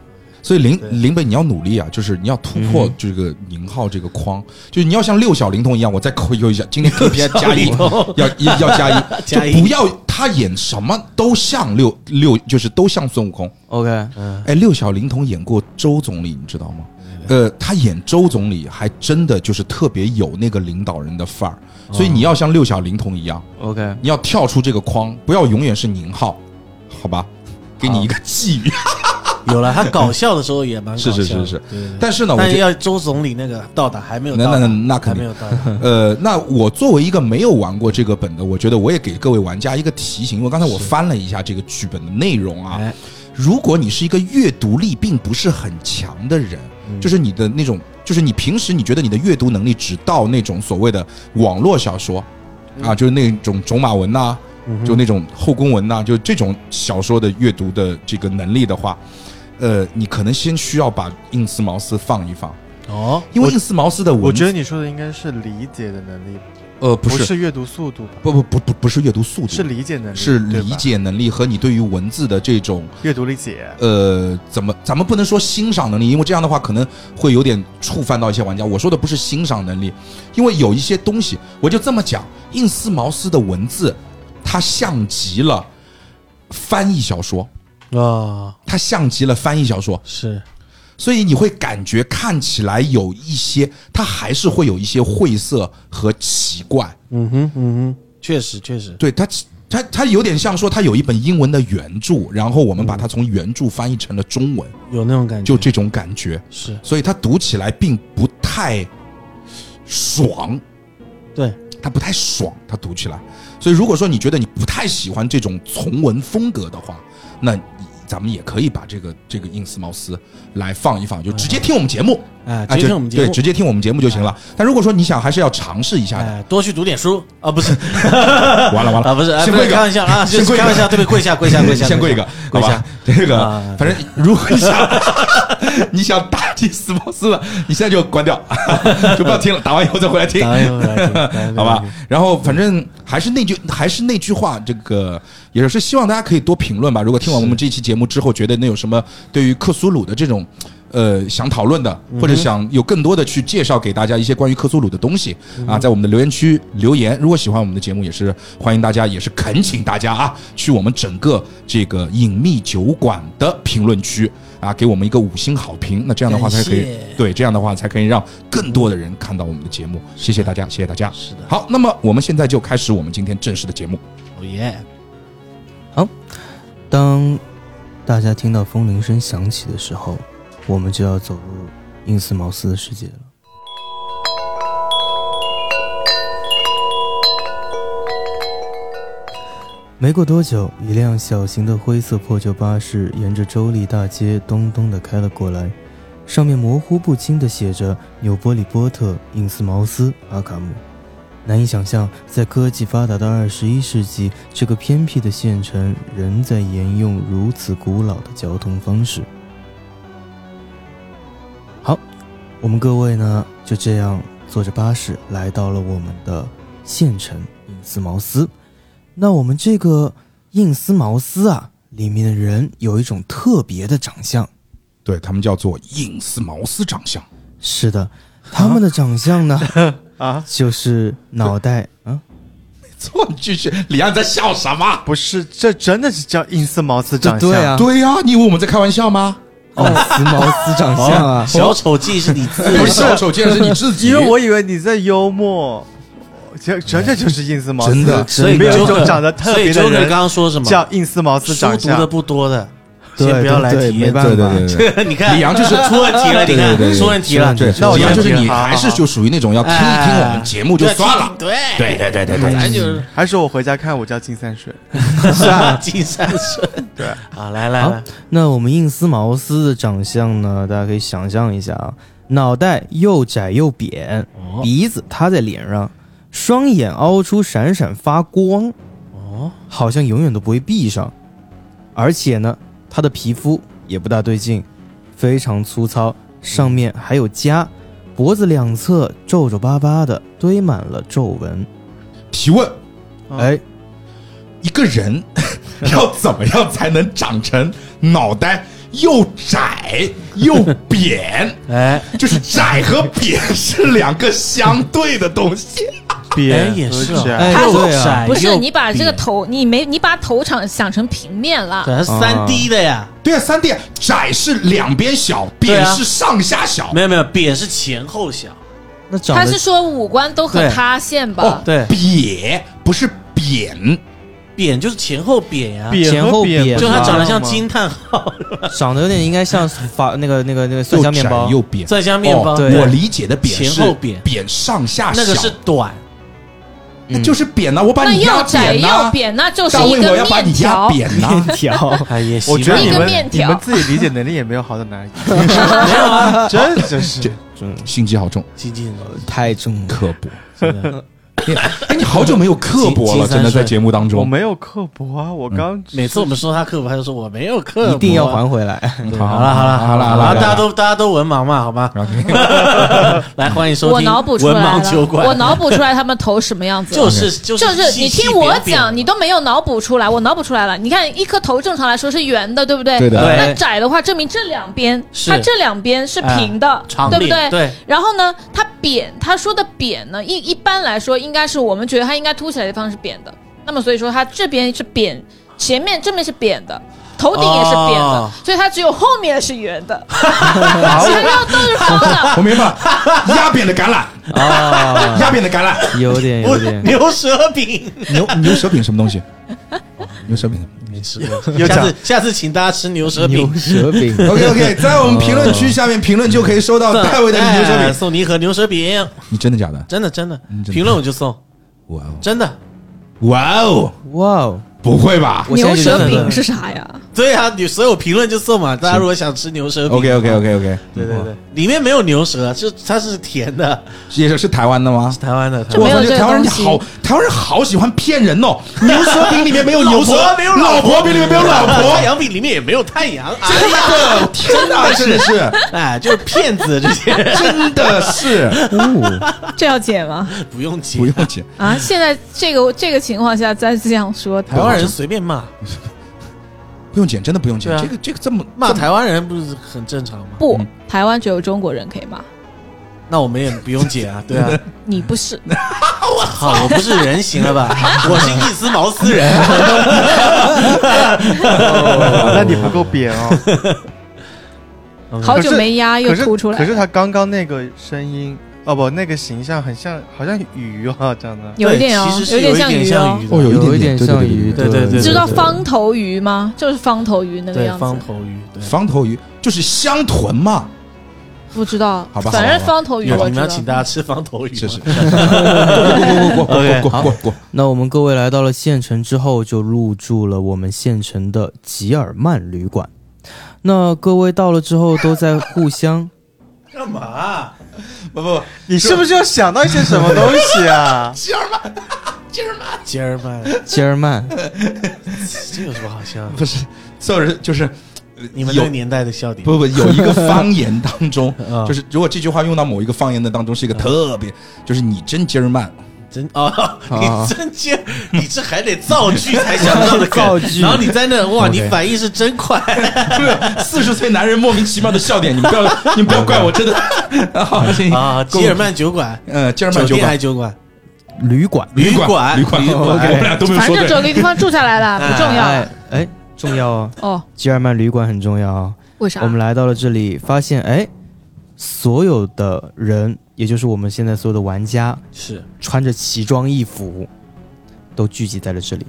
Speaker 1: 所以林
Speaker 5: 对嗯
Speaker 1: 林北你要努力啊，就是你要突破这个宁浩这个框，就是你要像六小龄童一样，我再扣一下，今天 KPI 加一，要要要加一，
Speaker 5: 加一
Speaker 1: 就不要他演什么都像六六，就是都像孙悟空。
Speaker 4: ，OK，
Speaker 1: 哎，六小龄童演过周总理，你知道吗？呃，他演周总理还真的就是特别有那个领导人的范儿，所以你要像六小龄童一样，
Speaker 4: OK，
Speaker 1: 你要跳出这个框，不要永远是宁浩，好吧？给你一个寄语。
Speaker 5: 有了，他搞笑的时候也蛮搞笑的
Speaker 1: 是是是是，
Speaker 5: 对对对
Speaker 1: 但是呢，我
Speaker 5: 但
Speaker 1: 觉得，
Speaker 5: 要周总理那个到达还没有
Speaker 1: 那
Speaker 5: 到达，
Speaker 1: 那那肯
Speaker 5: 还
Speaker 1: 定。
Speaker 5: 没有到 达。
Speaker 1: 呃，那我作为一个没有玩过这个本的，我觉得我也给各位玩家一个提醒，因为刚才我翻了一下这个剧本的内容啊，
Speaker 5: 哎，
Speaker 1: 如果你是一个阅读力并不是很强的人，
Speaker 2: 嗯
Speaker 1: 就是你的那种，就是你平时你觉得你的阅读能力只到那种所谓的网络小说，
Speaker 2: 嗯
Speaker 1: 啊，就是那种种马文呐、就那种后宫文呐、就这种小说的阅读的这个能力的话，呃，你可能先需要把印斯茅斯放一放，
Speaker 5: 哦，
Speaker 1: 因为印斯茅斯的文，
Speaker 2: 我觉得你说的应该是理解的能力，
Speaker 1: 呃不
Speaker 2: 不
Speaker 1: 是，
Speaker 2: 是阅读速度吧？
Speaker 1: 不不不不不是阅读速度，
Speaker 2: 是理解能力，
Speaker 1: 是
Speaker 2: 对吧
Speaker 1: 理解能力和你对于文字的这种
Speaker 2: 阅读理解。
Speaker 1: 呃，怎么咱们不能说欣赏能力，因为这样的话可能会有点触犯到一些玩家。我说的不是欣赏能力，因为有一些东西，我就这么讲，印斯茅斯的文字，它像极了翻译小说，
Speaker 5: 啊，
Speaker 1: 它像极了翻译小说，
Speaker 5: 是
Speaker 1: 所以你会感觉看起来有一些，它还是会有一些晦涩和奇怪。
Speaker 5: 嗯哼，嗯哼，确实确实，
Speaker 1: 对它，它它有点像说，它有一本英文的原著，然后我们
Speaker 5: 嗯
Speaker 1: 把它从原著翻译成了中文，
Speaker 5: 有那种感觉，
Speaker 1: 就这种感觉。
Speaker 5: 是
Speaker 1: 所以它读起来并不太爽，
Speaker 5: 对，
Speaker 1: 它不太爽，它读起来。所以如果说你觉得你不太喜欢这种从文风格的话，那你咱们也可以把这个这个印斯茅斯来放一放，就直接
Speaker 5: 嗯
Speaker 1: 听我们节目，
Speaker 5: 哎，
Speaker 1: 啊
Speaker 5: 今天我们
Speaker 1: 就
Speaker 5: 节
Speaker 1: 对，
Speaker 5: 目
Speaker 1: 直接听我们节目就行了。但如果说你想还是要尝试一下的，
Speaker 5: 哎，多去读点书啊，不是
Speaker 1: 完了完
Speaker 5: 啊，
Speaker 1: 了，
Speaker 5: 不是，哎
Speaker 1: 先
Speaker 5: 不是
Speaker 1: 跪个
Speaker 5: 开玩笑啊，
Speaker 1: 先
Speaker 5: 就是
Speaker 1: 跪一
Speaker 5: 开
Speaker 1: 个
Speaker 5: 玩笑，对不对？跪下，跪下，跪下，
Speaker 1: 先跪一个，
Speaker 5: 跪
Speaker 1: 好
Speaker 5: 下
Speaker 1: 吧。 这个
Speaker 5: 啊
Speaker 1: 反正如果你想 你想打进斯茅斯了，你现在就关掉， 就不要听了，打完以后再回来听
Speaker 5: 打。完以后来听，打完以后来听
Speaker 1: 好吧，然后反正还是那句还是那句话，这个也是希望大家可以多评论吧。如果听完我们这期节目之后，觉得那有什么对于克苏鲁的这种。呃，想讨论的，
Speaker 5: 嗯
Speaker 1: 或者想有更多的去介绍给大家一些关于克苏鲁的东西
Speaker 5: 嗯
Speaker 1: 啊，在我们的留言区留言。如果喜欢我们的节目，也是欢迎大家，也是恳请大家啊，去我们整个这个隐秘酒馆的评论区啊，给我们一个五星好评。那这样的话才可以
Speaker 5: 感谢，
Speaker 1: 对，这样的话才可以让更多的人看到我们的节目。谢谢大家，谢谢大家。
Speaker 5: 是的，
Speaker 1: 好，那么我们现在就开始我们今天正式的节目。
Speaker 5: 哦耶，
Speaker 4: 当大家听到风铃声响起的时候，我们就要走入印斯茅斯的世界了。没过多久，一辆小型的灰色破旧巴士沿着州立大街咚咚地开了过来，上面模糊不清地写着“纽波里波特、印斯茅斯、阿卡姆”。难以想象，在科技发达的二十一世纪，这个偏僻的县城仍在沿用如此古老的交通方式。我们各位呢就这样坐着巴士来到了我们的县城印斯茅斯。那我们这个印斯茅斯啊，里面的人有一种特别的长相。
Speaker 1: 对他们叫做印斯茅斯长相，
Speaker 4: 是的，他们的长 相呢，
Speaker 2: 啊，
Speaker 4: 就是脑袋啊，
Speaker 1: 错，你继续，李安你在笑什么？
Speaker 2: 不是，这真的是叫印斯茅斯长相。
Speaker 4: 对啊，
Speaker 1: 对呀、你以为我们在开玩笑吗？
Speaker 5: 哦
Speaker 4: 奥斯哦茅斯长相啊，
Speaker 5: 小丑计是你自
Speaker 1: 不是，小丑竟然是你自己，
Speaker 2: 因为我以为你在幽默，这真的 就是印斯茅斯，
Speaker 1: 真的
Speaker 5: 哦所以
Speaker 2: 没有一
Speaker 5: Joker-
Speaker 2: 种长得特
Speaker 5: 所
Speaker 2: 别
Speaker 5: 以 Joker
Speaker 2: 的人
Speaker 5: 刚刚说什么？
Speaker 2: 叫印斯茅斯
Speaker 5: 书
Speaker 2: 长
Speaker 5: 读的
Speaker 2: 相。
Speaker 5: 不多的，
Speaker 4: 对
Speaker 5: 先不要来
Speaker 4: 对对
Speaker 5: 体
Speaker 4: 没
Speaker 5: 验。
Speaker 4: 办
Speaker 1: 对
Speaker 4: 法，
Speaker 1: 对对对。
Speaker 5: 你看，
Speaker 1: 李阳就是
Speaker 5: 出问题了，
Speaker 1: 对
Speaker 5: 你
Speaker 1: 对对
Speaker 5: 看
Speaker 1: 对
Speaker 5: 出问题了。
Speaker 1: 对，
Speaker 2: 那我
Speaker 1: 李阳
Speaker 2: 就
Speaker 1: 就是你
Speaker 2: 好好
Speaker 1: 还是就属于那种要听一听我们节目就算
Speaker 3: 哎
Speaker 1: 了，
Speaker 5: 对
Speaker 1: 对对对对
Speaker 5: 本来
Speaker 1: 对，
Speaker 5: 就是
Speaker 2: 还是我回家看我叫金三 顺，
Speaker 5: 金山顺。
Speaker 2: 对
Speaker 5: 啊，来来
Speaker 4: 好
Speaker 5: 来，
Speaker 4: 那我们印斯茅斯的长相呢，大家可以想象一下啊，脑袋又窄又扁，
Speaker 5: 哦
Speaker 4: 鼻子塌在脸上，双眼凹出闪闪发光，
Speaker 5: 哦，
Speaker 4: 好像永远都不会闭上。而且呢，他的皮肤也不大对劲，非常粗糙，上面还有痂，脖子两侧皱皱巴巴的，堆满了皱纹。
Speaker 1: 提问。
Speaker 5: 哦
Speaker 4: 哎，
Speaker 1: 一个人要怎么样才能长成脑袋又窄又扁？
Speaker 5: 哎，
Speaker 1: 就是窄和扁是两个相对的东西。
Speaker 5: 扁也是啊
Speaker 2: 和窄
Speaker 4: 哎，
Speaker 3: 他
Speaker 4: 对啊，
Speaker 5: 窄
Speaker 3: 不是
Speaker 5: 又
Speaker 3: 你把这个啊
Speaker 5: 扁，
Speaker 3: 头，你没你把头场想成平面了，
Speaker 5: 对，三 D 的呀。
Speaker 1: 对啊，三 D 窄是两边小，
Speaker 5: 对
Speaker 1: 扁
Speaker 5: 啊
Speaker 1: 是上下小。
Speaker 5: 没有没有，扁是前后小。
Speaker 4: 那长
Speaker 3: 他
Speaker 4: 得
Speaker 3: 是说五官都很
Speaker 5: 对
Speaker 3: 塌陷吧
Speaker 1: 哦，？
Speaker 5: 对
Speaker 1: 瘪不是扁，
Speaker 5: 扁就是前后扁呀，
Speaker 2: 扁
Speaker 4: 前
Speaker 2: 和
Speaker 4: 后扁
Speaker 2: 扁，
Speaker 5: 就
Speaker 4: 他
Speaker 5: 它
Speaker 4: 不知道
Speaker 5: 长得像金叹号，
Speaker 4: 长得有点应该像法那个那个那个蒜香面
Speaker 1: 又
Speaker 4: 包
Speaker 1: 窄，又扁。
Speaker 5: 蒜香面包
Speaker 1: 哦，
Speaker 4: 对
Speaker 1: 我理解的扁是
Speaker 5: 前后扁
Speaker 1: 扁上下小，
Speaker 5: 那个是短，
Speaker 1: 那
Speaker 5: 嗯
Speaker 1: 就是扁呐、啊我把
Speaker 3: 那
Speaker 1: 你
Speaker 3: 又
Speaker 1: 压
Speaker 3: 窄
Speaker 1: 扁呐、
Speaker 3: 又扁，那就是
Speaker 1: 大
Speaker 3: 一
Speaker 1: 卫，我
Speaker 3: 个
Speaker 1: 要把你
Speaker 3: 面
Speaker 1: 压
Speaker 3: 条。
Speaker 1: 扁呐、
Speaker 4: 条。
Speaker 5: 哎也行吧。
Speaker 2: 我觉得
Speaker 3: 一
Speaker 2: 你
Speaker 3: 个
Speaker 2: 们
Speaker 3: 面条
Speaker 2: 你们自己理解能力也没有好到 哪里，
Speaker 5: 没有啊，
Speaker 2: 真的是
Speaker 1: 心机好重，
Speaker 5: 金金
Speaker 4: 哦太重了，
Speaker 1: 刻薄。哎，你好久没有刻薄了，
Speaker 5: 金金三
Speaker 1: 真的在
Speaker 5: 顺
Speaker 1: 节目当
Speaker 2: 我
Speaker 1: 中。
Speaker 2: 没有刻薄啊，我刚
Speaker 5: 每次我们说他刻薄，他就说我没有刻薄，
Speaker 4: 一定要还回来。
Speaker 5: 好了好了
Speaker 1: 好了
Speaker 5: 了
Speaker 1: 好了
Speaker 5: 大家都大家都文盲嘛，好 吗？来，欢迎收听
Speaker 3: 我脑补出
Speaker 5: 文
Speaker 3: 来
Speaker 5: 盲球
Speaker 3: 了，
Speaker 5: 馆，
Speaker 3: 我脑补出来他们头什么样子了。啊
Speaker 5: 就是就是
Speaker 3: 就是你
Speaker 5: 细细
Speaker 3: 听我
Speaker 5: 扁扁
Speaker 3: 讲，你都没有脑补出来，我脑补出来了。你看，一颗头正常来说是圆的，对不对？
Speaker 1: 对的
Speaker 5: 对
Speaker 3: 那窄的话，证明这两边，
Speaker 5: 是哎
Speaker 3: 它这两边是
Speaker 1: 哎
Speaker 3: 平的，
Speaker 5: 长
Speaker 3: 对不
Speaker 5: 脸
Speaker 3: 对？
Speaker 5: 对
Speaker 3: 然后呢，它扁，他说的扁呢，一一般来说应该是我们觉得它应该凸起来的地方是扁的，那么所以说它这边是扁，前面正面是扁的。头顶也是扁的，
Speaker 5: 哦
Speaker 3: 所以它只有后面是圆 的，其他都都是方的。
Speaker 1: 我明白了，压扁的橄榄，
Speaker 4: 啊，
Speaker 1: 压扁的橄榄，
Speaker 4: 有点有点，
Speaker 5: 牛舌饼
Speaker 1: 牛牛舌饼什么东西？牛舌饼。
Speaker 5: 没吃
Speaker 2: 有
Speaker 5: 过，
Speaker 2: 讲
Speaker 5: 下次下次请大家吃牛舌饼
Speaker 4: 牛。舌饼
Speaker 1: OK OK，在我们评论区下面评论就可以收 到戴维的牛舌
Speaker 5: 哎
Speaker 1: 饼。
Speaker 5: 送你一盒牛舌饼，
Speaker 1: 你真的假的？
Speaker 5: 真的真的
Speaker 1: 嗯真，的
Speaker 5: 评论我就送，
Speaker 1: 哇哦，
Speaker 5: 真的。
Speaker 1: 哇哦，
Speaker 4: 哇哦！
Speaker 1: 不会吧
Speaker 4: 我
Speaker 3: 牛
Speaker 4: 相信
Speaker 3: 舌
Speaker 4: 真的
Speaker 3: 饼是啥呀？
Speaker 5: 对啊，你所有评论就送嘛。大家如果想吃牛舌饼
Speaker 1: ？OK OK OK OK，
Speaker 5: 对对对，里面没有牛舌，就它是甜的，
Speaker 1: 也是是台湾的吗
Speaker 5: 是？台湾的。台
Speaker 3: 就
Speaker 5: 湾
Speaker 1: 我
Speaker 3: 没有
Speaker 1: 操，
Speaker 3: 这个
Speaker 1: 这台湾人
Speaker 3: 东西
Speaker 1: 好，台湾人好喜欢骗人哦。牛舌饼里面没有牛舌，
Speaker 5: 老婆没有
Speaker 1: 老婆饼里面没有老婆
Speaker 5: 太，阳饼里面也没有太阳，啊
Speaker 1: 真的，天哪，真的是，
Speaker 5: 哎，就是骗子这些
Speaker 1: 真的是，
Speaker 4: 哦，
Speaker 3: 这要剪吗？
Speaker 5: 不用急
Speaker 1: 不，用紧。
Speaker 3: 啊，现在这个这个情况下再这样说，
Speaker 5: 台湾人随便骂，
Speaker 1: 不用剪，真的不用剪。
Speaker 5: 对啊
Speaker 1: 这个这个这么
Speaker 5: 骂
Speaker 1: 这么
Speaker 5: 台湾人不是很正常吗？
Speaker 3: 不
Speaker 1: 嗯，
Speaker 3: 台湾只有中国人可以骂，
Speaker 5: 那我们也不用解啊，对 啊。
Speaker 3: 你不是。
Speaker 5: 好，我不是人行了吧？ 我是一丝毛丝人。
Speaker 2: 那你不够扁哦。
Speaker 5: 嗯
Speaker 3: 好久没压又
Speaker 2: 可是
Speaker 3: 凸出
Speaker 2: 可
Speaker 3: 来，
Speaker 2: 是他刚刚那个声音，哦不，那个形象很像，好像鱼啊这样的。
Speaker 3: 有一点
Speaker 5: 对
Speaker 3: 哦
Speaker 5: 其实，是
Speaker 3: 有
Speaker 5: 有
Speaker 3: 点
Speaker 5: 一点
Speaker 3: 鱼
Speaker 5: 像
Speaker 3: 哦。
Speaker 5: 鱼的，
Speaker 1: 哦有一点
Speaker 4: 有点
Speaker 1: 对对
Speaker 4: 像
Speaker 1: 对
Speaker 4: 鱼，
Speaker 5: 对对对对
Speaker 4: 对，
Speaker 3: 知道方头鱼吗？就是方头哦鱼那个
Speaker 5: 对
Speaker 3: 样
Speaker 5: 方
Speaker 3: 子，
Speaker 5: 头鱼。对，
Speaker 1: 方头鱼就是香豚嘛，
Speaker 3: 不知道
Speaker 1: 好吧，
Speaker 3: 反
Speaker 1: 好吧
Speaker 3: 正方头鱼
Speaker 5: 有
Speaker 3: 我
Speaker 5: 你们
Speaker 3: 知
Speaker 5: 要
Speaker 3: 道。
Speaker 5: 请大家吃方头鱼吗。
Speaker 1: 是 是。过过过过过过过过，
Speaker 4: 那我们各位来到了县城之后，就入住了我们县城的吉尔曼旅馆。那各位到了之后，都在互相
Speaker 5: 干嘛？
Speaker 1: 不不不，
Speaker 2: 你是不是要想到一些什么东西啊？
Speaker 5: 吉尔曼，
Speaker 4: 吉尔曼，
Speaker 5: 这有什么好笑？
Speaker 1: 不是，所有人就是。呃
Speaker 5: 你们那
Speaker 1: 有
Speaker 5: 个年代的笑点，，
Speaker 1: 不不有一个方言当 中
Speaker 5: 啊
Speaker 1: 就是如果这句话用到某一个方言的当中，是一个特别，就是你真今儿慢，
Speaker 5: 真哦，你真接，你这还得造句才想到的
Speaker 4: 造
Speaker 5: 梗
Speaker 4: 句，
Speaker 5: 然后你在那哇，
Speaker 4: OK
Speaker 5: 你反应是真 快，
Speaker 1: 四十岁男人莫名其妙的笑点，你们不要 你们不要怪我，真的 好行
Speaker 5: 啊，
Speaker 1: 够
Speaker 5: 吉尔曼酒馆，
Speaker 1: 呃，今儿慢就
Speaker 5: 酒店
Speaker 1: 管
Speaker 5: 还是酒馆，
Speaker 4: 旅馆
Speaker 1: 旅
Speaker 5: 馆，
Speaker 1: 旅馆，哦哎
Speaker 5: 旅
Speaker 1: 我们俩都没有
Speaker 3: 反
Speaker 1: 说
Speaker 3: 正
Speaker 1: 对。
Speaker 3: 找个地方住下来了，不重要
Speaker 4: 哎哎，重要啊！
Speaker 3: 哦。
Speaker 4: 吉尔曼旅馆很重要啊。
Speaker 3: 为啥？
Speaker 4: 我们来到了这里，发现哎，所有的人，也就是我们现在所有的玩家，
Speaker 5: 是，
Speaker 4: 穿着奇装异服，都聚集在了这里。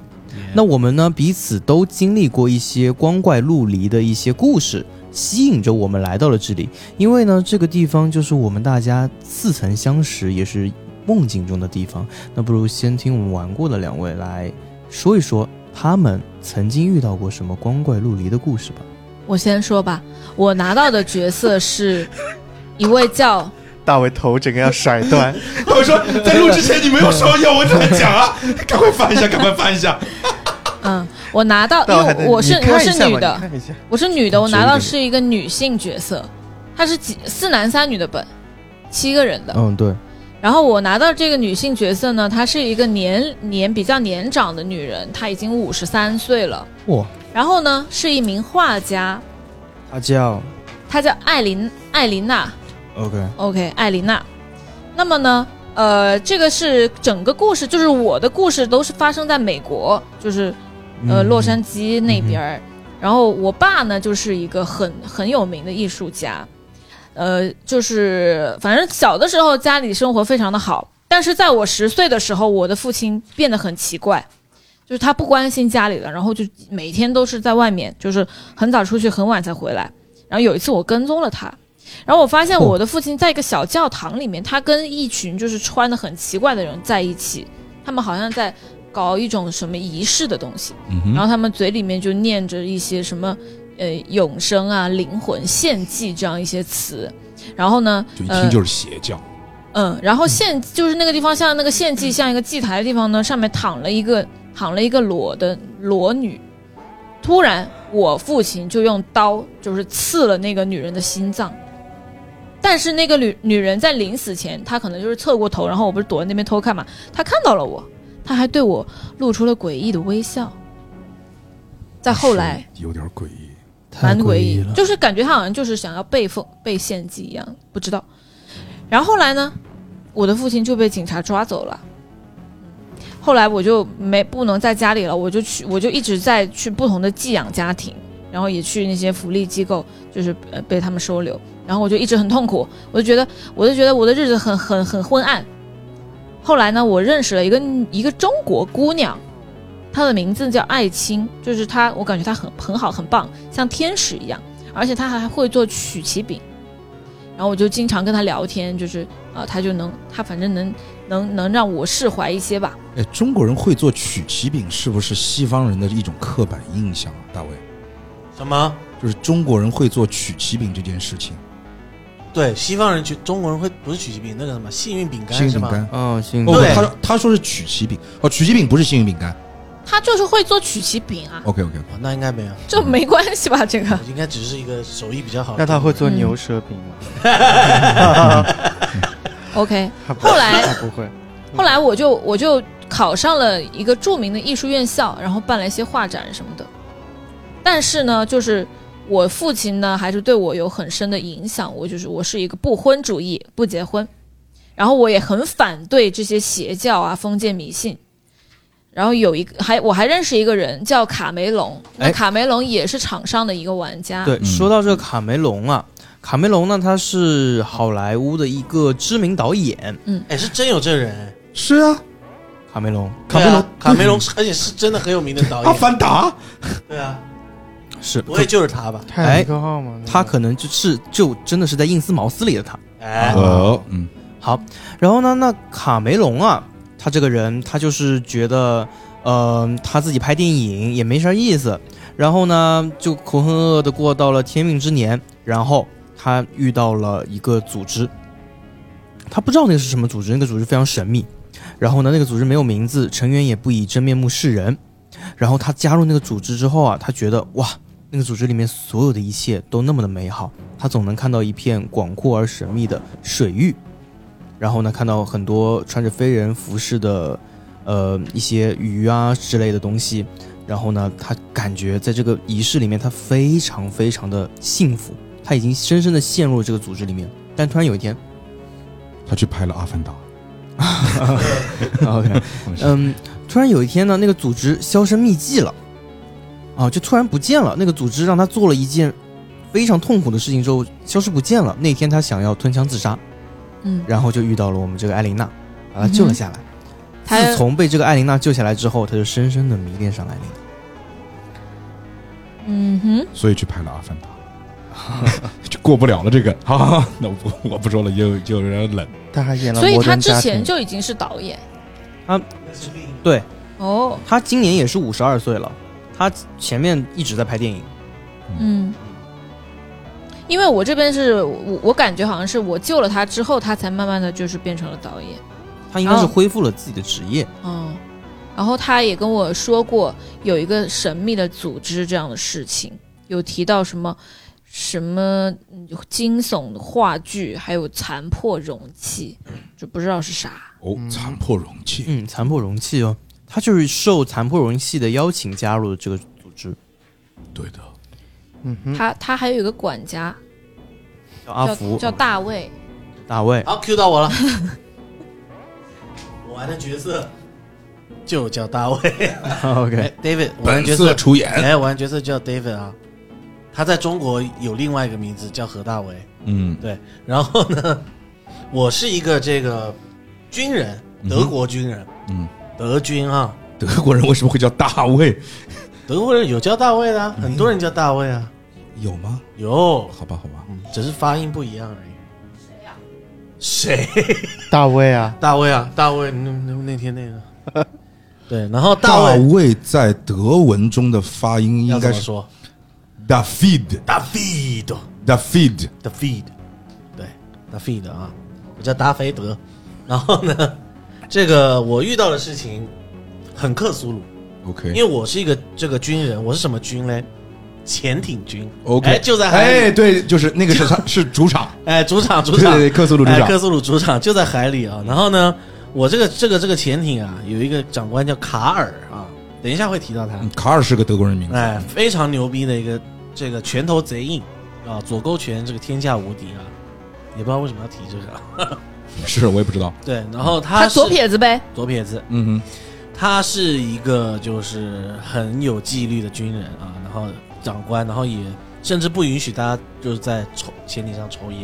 Speaker 4: 那我们呢，彼此都经历过一些光怪陆离的一些故事，吸引着我们来到了这里。因为呢，这个地方就是我们大家似曾相识，也是梦境中的地方。那不如先听我们玩过的两位来说一说他们曾经遇到过什么光怪陆离的故事吧。
Speaker 3: 我先说吧，我拿到的角色是一位叫
Speaker 2: 大伟头整个要甩断，
Speaker 1: 我说在录之前你没有说要我怎么讲啊？赶快翻一下，赶快翻一下。
Speaker 3: 嗯，我拿到，
Speaker 2: 大伟还
Speaker 3: 因
Speaker 2: 在
Speaker 3: 为我是
Speaker 2: 你看
Speaker 3: 我
Speaker 2: 一下
Speaker 3: 是
Speaker 2: 吧
Speaker 3: 女的
Speaker 2: 你，看一下，
Speaker 3: 我是女的，我拿
Speaker 1: 你
Speaker 3: 到
Speaker 1: 觉得
Speaker 3: 是一个女性角色，她是几四男三女的本，七个人的。
Speaker 4: 嗯，对，
Speaker 3: 然后我拿到这个女性角色呢，她是一个年年比较年长的女人，她已经五十三岁了。
Speaker 4: 哇，
Speaker 3: 然后呢，是一名画家，
Speaker 4: 他叫
Speaker 3: 她叫艾琳艾琳娜
Speaker 4: OK，
Speaker 3: ，OK，艾琳娜。那么呢，呃，这个是整个故事，就是我的故事都是发生在美国，就是呃洛杉矶那边儿。然后我爸呢，就是一个很很有名的艺术家，呃，就是反正小的时候家里生活非常的好，但是在我十岁的时候，我的父亲变得很奇怪，就是他不关心家里了，然后就每天都是在外面，就是很早出去，很晚才回来。然后有一次我跟踪了他，然后我发现我的父亲在一个小教堂里面，他跟一群就是穿的很奇怪的人在一起，他们好像在搞一种什么仪式的东西。
Speaker 1: 嗯
Speaker 3: 然
Speaker 1: 哼，
Speaker 3: 后他们嘴里面就念着一些什么呃永生啊、灵魂、献祭这样一些词，然后呢，
Speaker 1: 就一
Speaker 3: 呃
Speaker 1: 听就是邪教。
Speaker 3: 嗯，然后献就是那个地方像那个献祭像一个祭台的地方呢，上面躺了一个躺了一个裸的裸女，突然我父亲就用刀就是刺了那个女人的心脏。但是那个女女人在临死前，她可能就是侧过头，然后我不是躲在那边偷看嘛，她看到了我，她还对我露出了诡异的微笑。再呃后来，
Speaker 1: 是有点诡异，
Speaker 4: 太
Speaker 3: 蛮诡
Speaker 4: 诡
Speaker 3: 异
Speaker 4: 了，，
Speaker 3: 就是感觉他好像就是想要被奉被献祭一样，不知道。然后后来呢，我的父亲就被警察抓走了。后来我就没不能在家里了，我就去，我就一直在去不同的寄养家庭，然后也去那些福利机构，就是呃被他们收留。然后我就一直很痛苦，我就觉得，我就觉得我的日子很很很昏暗。后来呢，我认识了一个一个中国姑娘，她的名字叫艾青，就是她，我感觉她很很好，很棒，像天使一样，而且她还会做曲奇饼。然后我就经常跟她聊天，就是啊、她就能，她反正能能能让我释怀一些吧。
Speaker 1: 哎，中国人会做曲奇饼，是不是西方人的一种刻板印象啊？大卫，
Speaker 5: 什么？
Speaker 1: 就是中国人会做曲奇饼这件事情，
Speaker 5: 对，西方人去，中国人会不是曲奇饼，那个什么幸运饼
Speaker 1: 幸
Speaker 5: 干
Speaker 1: 运
Speaker 5: 是
Speaker 1: 饼
Speaker 5: 吗？
Speaker 1: 干。
Speaker 4: 哦，行，
Speaker 1: 哦，
Speaker 5: 对
Speaker 1: 他说他说是曲奇饼，哦，曲奇饼不是幸运饼干。
Speaker 3: 她就是会做曲奇饼啊，
Speaker 1: OK OK，
Speaker 5: 哦，那应该没有，
Speaker 3: 这没关系吧？这个
Speaker 5: 应该只是一个手艺比较好。
Speaker 2: 那他会做牛舌饼吗？
Speaker 3: OK。
Speaker 2: 他不
Speaker 3: 后来
Speaker 2: 他不会，
Speaker 3: 后来我就我就考上了一个著名的艺术院校，然后办了一些画展什么的。但是呢，就是我父亲呢，还是对我有很深的影响。我就是我是一个不婚主义，不结婚，然后我也很反对这些邪教啊、封建迷信。然后有一个还我还认识一个人叫卡梅隆，那
Speaker 4: 哎
Speaker 3: 卡梅隆也是场上的一个玩家，
Speaker 4: 对，
Speaker 1: 嗯
Speaker 4: 说到这个卡梅隆啊，卡梅隆呢，他是好莱坞的一个知名导演。
Speaker 5: 哎，是真有这人，
Speaker 1: 是啊，
Speaker 4: 卡梅隆
Speaker 1: 卡梅隆
Speaker 5: 对啊卡梅隆，而且是真的很有名的 导
Speaker 1: 阿
Speaker 5: 演。
Speaker 1: 凡达，
Speaker 5: 对啊，
Speaker 4: 是，
Speaker 5: 不会就是他吧？
Speaker 2: 泰迪克号吗？那个
Speaker 4: 他可能就是就真的是在印斯茅斯里的他。
Speaker 5: 哎，
Speaker 1: 哦，嗯，
Speaker 4: 好，然后呢，那卡梅隆啊，他这个人，他就是觉得，呃，他自己拍电影也没啥意思，然后呢，就浑浑噩噩的过到了天命之年，然后他遇到了一个组织，他不知道那个是什么组织，那个组织非常神秘，然后呢，那个组织没有名字，成员也不以真面目示人，然后他加入那个组织之后啊，他觉得哇，那个组织里面所有的一切都那么的美好，他总能看到一片广阔而神秘的水域，然后呢，看到很多穿着飞人服饰的，呃，一些鱼啊之类的东西，然后呢，他感觉在这个仪式里面，他非常非常的幸福，他已经深深的陷入这个组织里面，但突然有一天
Speaker 1: 他去拍了《阿凡达》，
Speaker 4: ，OK，嗯，突然有一天呢，那个组织销声匿迹了，啊，就突然不见了。那个组织让他做了一件非常痛苦的事情之后，消失不见了。那天他想要吞枪自杀，
Speaker 3: 嗯，
Speaker 4: 然后就遇到了我们这个艾琳娜，把他救了下来。
Speaker 3: 他
Speaker 4: 自从被这个艾琳娜救下来之后，他就深深的迷恋上艾琳娜。
Speaker 3: 嗯哼，
Speaker 1: 所以去拍了《阿 凡达》，就过不了了这个。好好好，那我不我不说了，又又有人冷。
Speaker 2: 他还演了
Speaker 3: 所以
Speaker 2: 摩
Speaker 3: 他
Speaker 2: 登
Speaker 3: 之
Speaker 2: 家
Speaker 3: 前
Speaker 2: 庭，
Speaker 3: 就已经是导演
Speaker 4: 对
Speaker 3: 哦，
Speaker 4: 他今年也是五十二岁了，他前面一直在拍电影。
Speaker 3: 嗯。因为我这边是我，我感觉好像是我救了他之后，他才慢慢的就是变成了导演。
Speaker 4: 他应该是
Speaker 3: 哦
Speaker 4: 恢复了自己的职业，
Speaker 3: 嗯，然后他也跟我说过有一个神秘的组织这样的事情，有提到什么什么嗯惊悚的话剧，还有残破容器，就不知道是啥。
Speaker 1: 哦，
Speaker 5: 嗯
Speaker 1: 残破容器，
Speaker 4: 嗯，残破容器哦，他就是受残破容器的邀请加入了这个组织，
Speaker 1: 对的，
Speaker 2: 嗯哼，
Speaker 3: 他他还有一个管家
Speaker 4: 叫阿
Speaker 3: 叫
Speaker 4: 福，
Speaker 3: 叫大卫，
Speaker 4: 大卫。
Speaker 5: 好，Q 到我了。 我玩的角色就叫大卫。哎
Speaker 4: OK，
Speaker 5: ，David，我
Speaker 1: 本
Speaker 5: 玩的角
Speaker 1: 色
Speaker 5: 色，
Speaker 1: 出演。
Speaker 5: 哎，我玩的角色叫 David 啊。他在中国有另外一个名字叫何大为。
Speaker 1: 嗯
Speaker 5: 然后呢，我是一个这个军人，
Speaker 1: 嗯哼
Speaker 5: 德国军人，
Speaker 1: 嗯，
Speaker 5: 德军啊，
Speaker 1: 德国人为什么会叫大卫？
Speaker 5: 德国人有叫大卫的啊，很多人叫大卫啊，
Speaker 1: 有吗？
Speaker 5: 有，
Speaker 1: 好吧，好吧，
Speaker 5: 嗯只是发音不一样而已。谁？
Speaker 2: 大卫啊，
Speaker 5: 大卫啊，大卫，那那那 天那个，对，然后大
Speaker 1: 大
Speaker 5: 卫
Speaker 1: 卫在德文中的发音
Speaker 5: 要
Speaker 1: 应
Speaker 5: 怎
Speaker 1: 该
Speaker 5: 么
Speaker 1: 是
Speaker 5: 说
Speaker 1: David
Speaker 5: ？David。
Speaker 1: David。
Speaker 5: 达菲德，对，达菲德啊，我叫达菲德。然后呢，这个我遇到的事情很克苏鲁，因
Speaker 1: OK
Speaker 5: 为我是一个这个军人，我是什么军嘞？潜艇军。哎
Speaker 1: OK，
Speaker 5: 就在海
Speaker 1: 哎，
Speaker 5: 里，
Speaker 1: 对，就是那 个是他是主场，
Speaker 5: 哎，主场主
Speaker 1: 对对
Speaker 5: 场，
Speaker 1: 对，克苏鲁主
Speaker 5: 哎，
Speaker 1: 场嗯
Speaker 5: 克。苏鲁主场就在海里啊。然后呢，我这个这个这个潜艇啊，有一个长官叫卡尔啊，等一下会提到他。
Speaker 1: 嗯卡尔是个德国人名字，
Speaker 5: 哎，非常牛逼的一个这个拳头贼硬啊，左勾拳这个天下无敌啊，也不知道为什么要提这个啊。
Speaker 1: 是我也不知道。
Speaker 5: 对，然后他
Speaker 3: 他
Speaker 5: 是
Speaker 3: 左撇子呗。
Speaker 5: 左撇子，
Speaker 1: 嗯
Speaker 5: 他是一个就是很有纪律的军人啊，然后长官，然后也甚至不允许大家就是在抽潜艇上抽烟，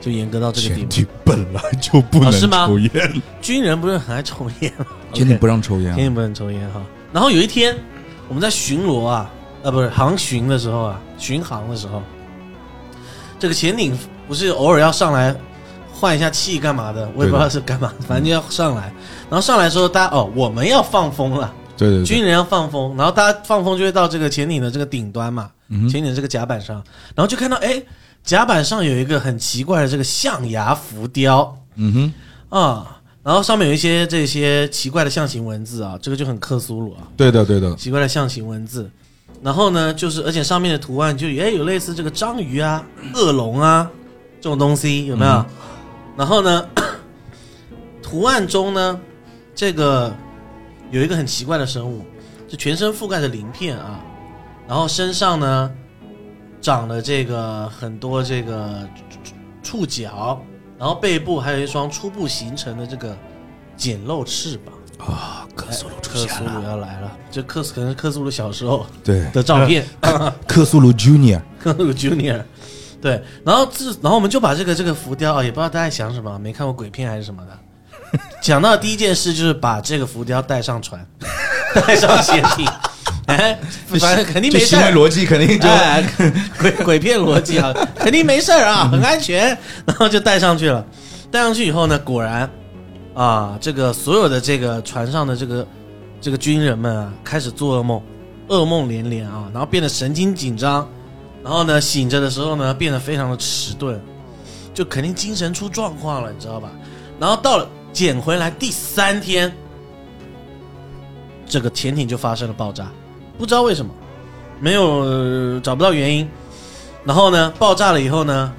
Speaker 5: 就严格到
Speaker 1: 哼，
Speaker 5: 这个地
Speaker 1: 前
Speaker 5: 步。
Speaker 1: 艇本来就不能
Speaker 5: 哦是吗
Speaker 1: 抽烟，
Speaker 5: 军人不是很爱抽烟吗？
Speaker 1: 前艇不让抽 烟
Speaker 5: 潜艇
Speaker 1: 啊。
Speaker 5: 不能抽烟哈。然后有一天我们在巡逻啊，呃，不是航巡的时候啊，巡航的时候，这个潜艇不是偶尔要上来换一下气干嘛的，我也不知道是干嘛，反正就要上来。然后上来的时候，大家哦，我们要放风了。
Speaker 1: 对对对，
Speaker 5: 军人要放风，然后大家放风就会到这个潜艇的这个顶端嘛，
Speaker 1: 嗯哼
Speaker 5: 潜艇的这个甲板上，然后就看到哎，甲板上有一个很奇怪的这个象牙浮雕
Speaker 1: 嗯哼，
Speaker 5: 啊、然后上面有一些这些奇怪的象形文字啊，这个就很克苏鲁啊，
Speaker 1: 对的对的，
Speaker 5: 奇怪的象形文字。然后呢，就是而且上面的图案就哎有类似这个章鱼啊、恶龙啊这种东西有没有？然后呢， 图案中呢，这个有一个很奇怪的生物，就全身覆盖着鳞片啊，然后身上呢长了这个很多这个触触角，然后背部还有一双初步形成的这个简陋翅膀。
Speaker 1: 啊，克苏鲁出
Speaker 5: 克苏
Speaker 1: 现
Speaker 5: 鲁
Speaker 1: 了。
Speaker 5: 要来了，这克苏可能是克苏鲁小时候
Speaker 1: 对，
Speaker 5: 的 照片，
Speaker 1: 克苏鲁 Junior，
Speaker 5: 克苏鲁 Junior。对，然后自然后我们就把这个这个浮雕啊，也不知道大家想什么，没看过鬼片还是什么的。 讲到的第一件事就是把这个浮雕带上船， 带上潜艇，哎，反正肯定
Speaker 1: 这
Speaker 5: 没事
Speaker 1: 行为
Speaker 5: 儿。
Speaker 1: 逻辑肯定就
Speaker 5: 哎，鬼鬼片逻辑啊，肯定没事儿啊，很安全。然后就带上去了，带上去以后呢，果然啊，这个所有的这个船上的这个这个军人们啊，开始做噩梦，噩梦连连啊，然后变得神经紧张，然后呢，醒着的时候呢，变得非常的迟钝，就肯定精神出状况了，你知道吧？然后到了捡回来第三天，这个潜艇就发生了爆炸，不知道为什么。没有、呃找不到原因。然后呢，爆炸了以后呢，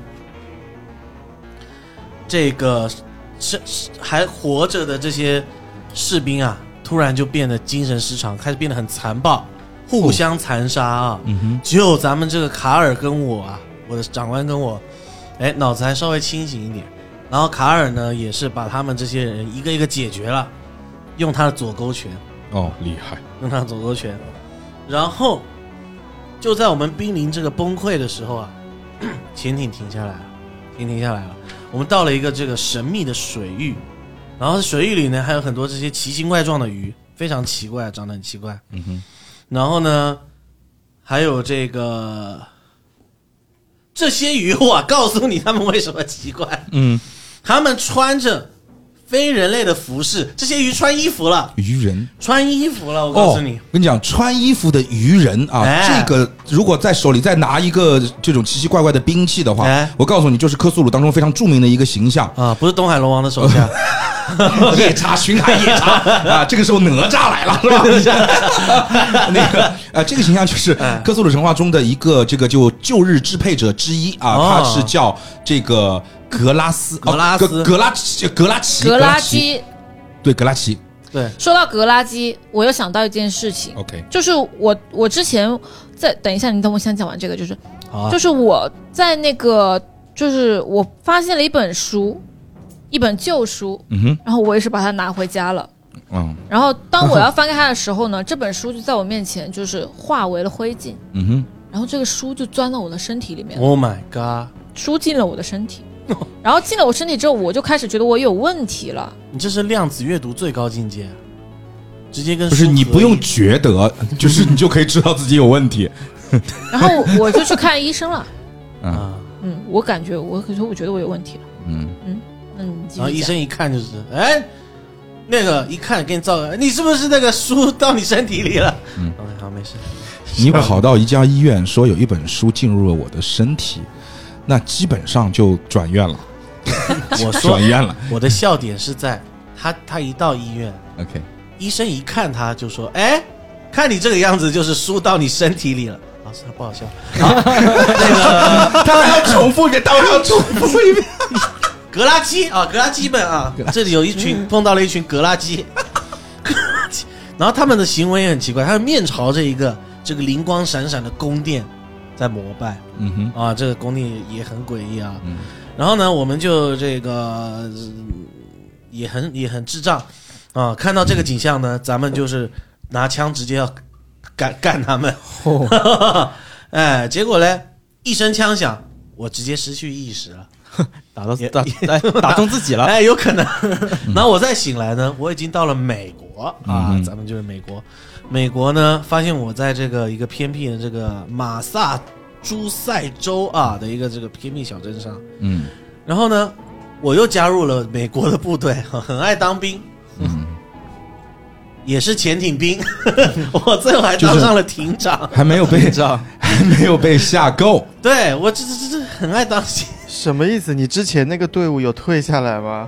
Speaker 5: 这个是是还活着的这些士兵啊，突然就变得精神失常，开始变得很残暴，互相残杀啊。
Speaker 1: 嗯哼，
Speaker 5: 只有咱们这个卡尔跟我啊，我的长官跟我，哎，脑子还稍微清醒一点。然后卡尔呢，也是把他们这些人一个一个解决了，用他的左勾拳，
Speaker 1: 哦，厉害，
Speaker 5: 用他的左勾拳。然后就在我们濒临这个崩溃的时候啊， 潜艇停下来了，潜艇停下来了。我们到了一个这个神秘的水域，然后水域里呢还有很多这些奇形怪状的鱼，非常奇怪，长得很奇怪。
Speaker 1: 嗯哼，
Speaker 5: 然后呢，还有这个这些鱼，我告诉你他们为什么奇怪，
Speaker 1: 嗯，
Speaker 5: 他们穿着非人类的服饰，这些鱼穿衣服了，
Speaker 1: 鱼人。
Speaker 5: 穿衣服了，我告诉你，
Speaker 1: 哦、跟你讲，穿衣服的鱼人啊，
Speaker 5: 哎
Speaker 1: 这个如果在手里再拿一个这种奇奇怪怪的兵器的话，
Speaker 5: 哎，
Speaker 1: 我告诉你，就是科苏鲁当中非常著名的一个形象
Speaker 5: 啊，不是东海龙王的手下，
Speaker 1: 夜叉巡海夜 叉啊。这个时候哪吒来了，是 吧？那个啊，这个形象就是
Speaker 5: 哎
Speaker 1: 科苏鲁神话中的一个这个就旧日支配者之一啊，
Speaker 5: 哦
Speaker 1: 他是叫这个格拉斯，
Speaker 5: 格拉斯
Speaker 1: 哦格格拉奇格拉奇
Speaker 3: 格拉
Speaker 1: 奇，
Speaker 3: 基。
Speaker 1: 对格拉奇
Speaker 5: 对，
Speaker 3: 说到格拉基，我又想到一件事情，
Speaker 1: ，OK，
Speaker 3: 就是我我之前在等一下，你等我先讲完这个，就是
Speaker 5: 好啊
Speaker 3: 就，是我在那个就是我发现了一本书，一本旧书，
Speaker 1: 嗯哼，
Speaker 3: 然后我也是把它拿回家了。
Speaker 1: 嗯
Speaker 3: 然后当我要翻开它的时候呢，这本书就在我面前就是化为了灰烬，
Speaker 1: 嗯哼。
Speaker 3: 然后这个书就钻到我的身体里面了，
Speaker 5: Oh my god！
Speaker 3: 书进了我的身体，
Speaker 5: 哦
Speaker 3: 然后进了我身体之后，我就开始觉得我有问题了。
Speaker 5: 你这是量子阅读最高境界，啊直接跟
Speaker 1: 不是
Speaker 5: 书
Speaker 1: 你
Speaker 5: 合
Speaker 1: 不用
Speaker 5: 一
Speaker 1: 觉得，就是你就可以知道自己有问题。
Speaker 3: 然后我我就去看医生了，
Speaker 1: 嗯
Speaker 5: 啊，
Speaker 3: 嗯，我感觉我可是我觉得我有问题了，
Speaker 1: 嗯，
Speaker 3: 嗯，继续
Speaker 5: 然后医
Speaker 3: 讲
Speaker 5: 生一看就是，哎，那个一看给你照哎个，你是不是那个书到你身体里了？嗯，好，没事。
Speaker 1: 你跑到一家医院说有一本书进入了我的身体，那基本上就转院了，
Speaker 5: 我说
Speaker 1: 转院了。
Speaker 5: 我的笑点是在他他一到医院，
Speaker 1: OK，
Speaker 5: 医生一看他就说，哎，看你这个样子就是书到你身体里了。啊，是不好笑。
Speaker 1: 啊他还要重复一遍，他还要重复一遍。
Speaker 5: 格拉基啊，格拉基们啊，这里有一群碰到了一群格拉基， 格拉基，然后他们的行为也很奇怪，他们面朝着一个这个灵光闪闪的宫殿在膜拜。
Speaker 1: 嗯哼，
Speaker 5: 啊，这个工地也很诡异啊。
Speaker 1: 嗯
Speaker 5: 然后呢，我们就这个呃也很也很智障啊，看到这个景象
Speaker 1: 嗯
Speaker 5: 呢，咱们就是拿枪直接要干干他们。
Speaker 1: 哦
Speaker 5: 哎，结果嘞，一声枪响，我直接失去意识了。
Speaker 4: 打到
Speaker 5: 也
Speaker 4: 打哎打中自己
Speaker 1: 啊
Speaker 4: 了，
Speaker 5: 哎，有可能。然后我再醒来呢，我已经到了美国啊，
Speaker 1: 嗯
Speaker 5: 咱们就是美国。美国呢，发现我在这个一个偏僻的这个马萨诸塞州啊的一个这个偏僻小镇上，
Speaker 1: 嗯
Speaker 5: 然后呢，我又加入了美国的部队， 很很爱当兵，
Speaker 1: 嗯，
Speaker 5: 也是潜艇兵。 我最后还当上了艇长，
Speaker 1: 还没有 被
Speaker 4: 知道？
Speaker 1: 还没有被下够。
Speaker 5: 对我这这这这很爱当兵，
Speaker 2: 什么意思？你之前那个队伍有退下来吗？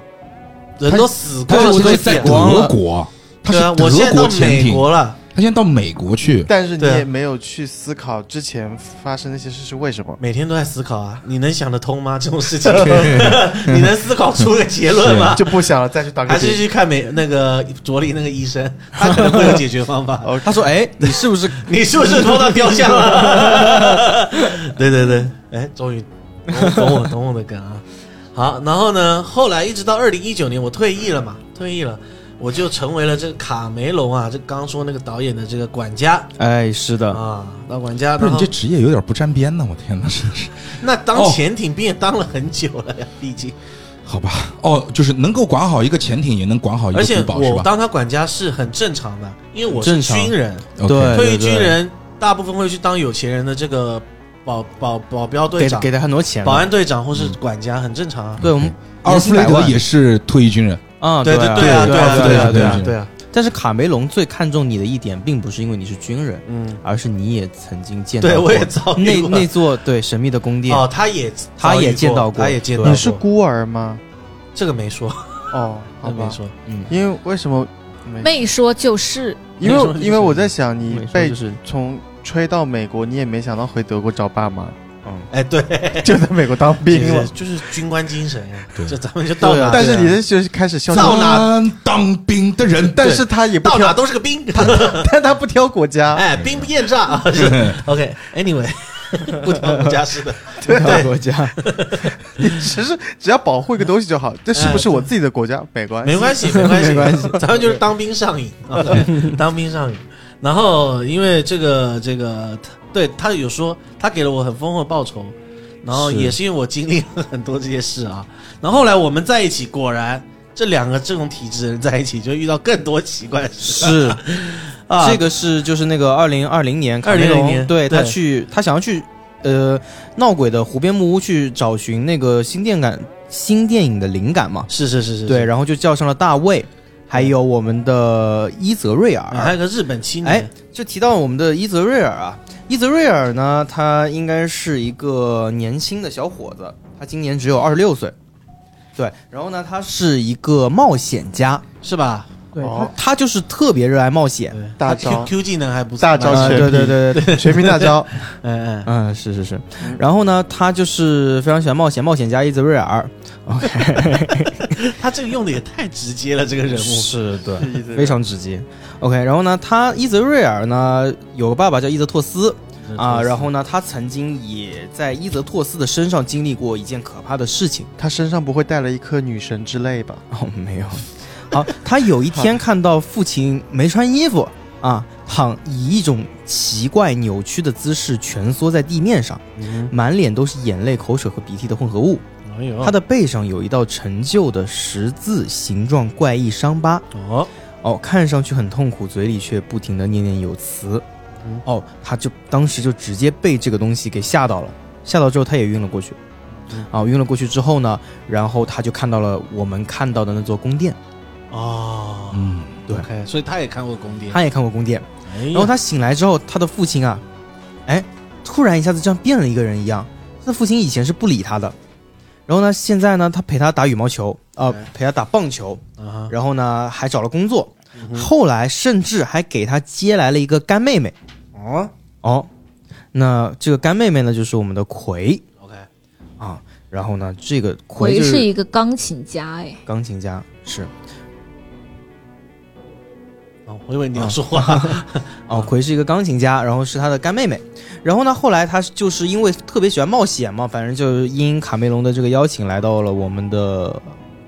Speaker 5: 人都死
Speaker 1: 他
Speaker 5: 光了，
Speaker 1: 是
Speaker 5: 都
Speaker 1: 在
Speaker 5: 死
Speaker 1: 在
Speaker 5: 光
Speaker 1: 德
Speaker 5: 了。
Speaker 1: 国，他
Speaker 5: 对
Speaker 1: 是
Speaker 5: 啊，我现
Speaker 1: 德
Speaker 5: 在到
Speaker 1: 国潜
Speaker 5: 美
Speaker 1: 艇，
Speaker 5: 国了，
Speaker 1: 他现在到美国去。
Speaker 2: 但是你
Speaker 5: 对啊
Speaker 2: 也没有去思考之前发生那些事是为什么。
Speaker 5: 每天都在思考啊，你能想得通吗？这种 事情， 你能思考出个结论吗？
Speaker 2: 就不想了，再去当个
Speaker 5: 还是
Speaker 2: 兵。
Speaker 5: 去看美那个卓立那个医生，他可能会有解决方法。
Speaker 4: 他说：“哎，你是不是
Speaker 5: 你是不是摸到雕像了？对对对，哎，终于懂我懂我的梗啊。好，然后呢，后来一直到二零一九年，我退役了嘛，退役了，我就成为了这个卡梅隆啊，这刚说那个导演的这个管家？”
Speaker 4: 哎，是的，
Speaker 5: 啊，当管家，
Speaker 1: 不是
Speaker 5: 然
Speaker 1: 你
Speaker 5: 后
Speaker 1: 这职业有点不沾边呢，我天哪，真是。
Speaker 5: 那当
Speaker 1: 哦
Speaker 5: 潜艇兵也当了很久了呀，毕竟。
Speaker 1: 好吧，哦，就是能够管好一个潜艇，也能管好一
Speaker 5: 而
Speaker 1: 个
Speaker 5: 且
Speaker 1: 古堡，是
Speaker 5: 我
Speaker 1: 吧？
Speaker 5: 当他管家是很正常的，因为我是
Speaker 4: 正常
Speaker 5: 军人，
Speaker 1: OK
Speaker 4: 对
Speaker 5: 退役军人大部分会去当有钱人的这个保保保镖队
Speaker 4: 给
Speaker 5: 长、
Speaker 4: 给他很多钱了，嗯
Speaker 5: 保安队长或是管家，很正常啊。
Speaker 4: 对我们
Speaker 1: 阿尔弗雷德也是退役军人，
Speaker 4: 啊，
Speaker 5: 对
Speaker 4: 对
Speaker 5: 对
Speaker 4: 啊，
Speaker 5: 对对
Speaker 4: 啊，啊，
Speaker 5: 对
Speaker 4: 对
Speaker 5: 啊
Speaker 4: 啊。
Speaker 5: 对啊，
Speaker 4: 但是卡梅隆最看重你的一点，并不是因为你是军人，
Speaker 5: 嗯，
Speaker 4: 而是你也曾经见到
Speaker 5: 对
Speaker 4: 过
Speaker 5: 我也遭遇
Speaker 4: 那
Speaker 5: 过
Speaker 4: 那座对神秘的宫殿，
Speaker 5: 哦，他也
Speaker 4: 他
Speaker 5: 遭遇
Speaker 4: 也见到过
Speaker 5: 他也见到
Speaker 4: 对
Speaker 5: 过。
Speaker 2: 你是孤儿吗？
Speaker 5: 这个没说，
Speaker 2: 哦，
Speaker 5: 这
Speaker 2: 好
Speaker 5: 个没
Speaker 2: 吧。
Speaker 5: 说，
Speaker 4: 嗯，
Speaker 2: 因为为什么没？
Speaker 3: 没说就是
Speaker 2: 因
Speaker 5: 没说
Speaker 2: 为
Speaker 5: 就是
Speaker 2: 因为我在想，你
Speaker 4: 没错
Speaker 2: 被
Speaker 4: 就是
Speaker 2: 从吹到美国，你也没想到回德国找爸妈，
Speaker 5: 哎，对，
Speaker 2: 就在美国当兵
Speaker 5: 就
Speaker 2: 了
Speaker 5: 是。就是军官精神呀，
Speaker 1: 对
Speaker 5: 就咱们就到
Speaker 2: 对啊
Speaker 5: 哪，
Speaker 2: 但是你这就是开始嚣
Speaker 1: 到
Speaker 2: 张，
Speaker 1: 哪当兵的人，
Speaker 2: 但是他也不
Speaker 5: 到哪
Speaker 2: 挑，
Speaker 5: 都是个兵，
Speaker 2: 但他不挑国家，
Speaker 5: 哎，兵不厌诈 啊。是 OK，Anyway，不挑国家式的，
Speaker 4: 不
Speaker 2: 啊
Speaker 4: 挑 国家，
Speaker 2: 你只是只要保护一个东西就好。这是不是我自己的国家？没关系，
Speaker 5: 哎没关 系，没关系，
Speaker 4: 没关系
Speaker 5: 咱们就是当兵上 瘾啊，对当兵上瘾。然后因为这个这个，对他有说他给了我很丰厚的报酬，然后
Speaker 4: 是
Speaker 5: 也是因为我经历了很多这些事啊。然后后来我们在一起，果然这两个这种体质的人在一起，就遇到更多奇怪的事
Speaker 4: 是
Speaker 5: 啊。
Speaker 4: 这个是就是那个二零二零年，卡梅
Speaker 5: 2020
Speaker 4: 隆
Speaker 5: 年
Speaker 4: 对他
Speaker 5: 对
Speaker 4: 去他想要去呃闹鬼的湖边木屋去找寻那个新电感新电影的灵感嘛，
Speaker 5: 是是是是，
Speaker 4: 对，
Speaker 5: 是。
Speaker 4: 然后就叫上了大卫，还有我们的伊泽瑞
Speaker 5: 啊还
Speaker 4: 尔。
Speaker 5: 有个日本青
Speaker 4: 哎
Speaker 5: 年，，
Speaker 4: 就提到我们的伊泽瑞尔啊，伊泽瑞尔呢，他应该是一个年轻的小伙子，他今年只有二十六岁。对，然后呢，他是一个冒险家，
Speaker 5: 是吧？
Speaker 4: 对
Speaker 2: 哦
Speaker 4: 他就是特别热爱冒险。
Speaker 5: 对
Speaker 2: 大
Speaker 5: 他
Speaker 2: 招
Speaker 5: Q Q 技能还不错，
Speaker 2: 大招
Speaker 4: 啊，
Speaker 2: 选
Speaker 4: 对对
Speaker 2: 品
Speaker 4: 对对，
Speaker 2: 全民大招。
Speaker 5: 哎哎，
Speaker 4: 嗯，是是是。然后呢，他就是非常喜欢冒险，冒险家伊泽瑞尔。
Speaker 5: 哎他这个用的也太直接了，这个人物
Speaker 4: 是对
Speaker 2: 伊泽瑞尔
Speaker 4: 非常直接。OK，然后呢，他伊泽瑞尔呢有个爸爸叫伊泽托斯 啊，然后呢，他曾经也在伊泽托斯的身上经历过一件可怕的事情。
Speaker 2: 他身上不会带了一颗女神之泪吧？
Speaker 4: 哦，没有。 好，他有一天看到父亲没穿衣服啊，躺以一种奇怪扭曲的姿势蜷缩在地面上，
Speaker 5: 嗯
Speaker 4: 满脸都是眼泪、口水和鼻涕的混合物。
Speaker 5: 哎呦，
Speaker 4: 他的背上有一道陈旧的十字形状怪异伤疤，
Speaker 5: 哦，
Speaker 4: 哦，看上去很痛苦，嘴里却不停的念念有词
Speaker 5: 嗯。
Speaker 4: 哦，他就当时就直接被这个东西给吓到了，吓到之后他也晕了过去。啊，晕了过去之后呢，然后他就看到了我们看到的那座宫殿，
Speaker 5: 哦，
Speaker 1: 嗯，
Speaker 4: 对
Speaker 5: OK，所以他也看过宫殿，
Speaker 4: 他也看过宫殿。
Speaker 5: 哎呀
Speaker 4: 然后他醒来之后，他的父亲啊，哎，突然一下子像变了一个人一样。他的父亲以前是不理他的，然后呢，现在呢，他陪他打羽毛球，呃
Speaker 5: 哎，
Speaker 4: 陪他打棒球，
Speaker 5: 啊哈嗯
Speaker 4: 然后呢，还找了工作，
Speaker 5: 哼
Speaker 4: 后来甚至还给他接来了一个干妹妹。
Speaker 5: 哦
Speaker 4: 哦，那这个干妹妹呢，就是我们的葵
Speaker 5: ，OK，
Speaker 4: 啊。然后呢，这个葵
Speaker 7: 回
Speaker 4: 就是
Speaker 7: 一个钢琴家，哎，
Speaker 4: 钢琴家，是
Speaker 5: 哦，我以为你要说话，
Speaker 4: 哦，葵是一个钢琴家，然后是他的干妹妹。然后呢，后来他就是因为特别喜欢冒险嘛，反正就是因卡梅隆的这个邀请，来到了我们的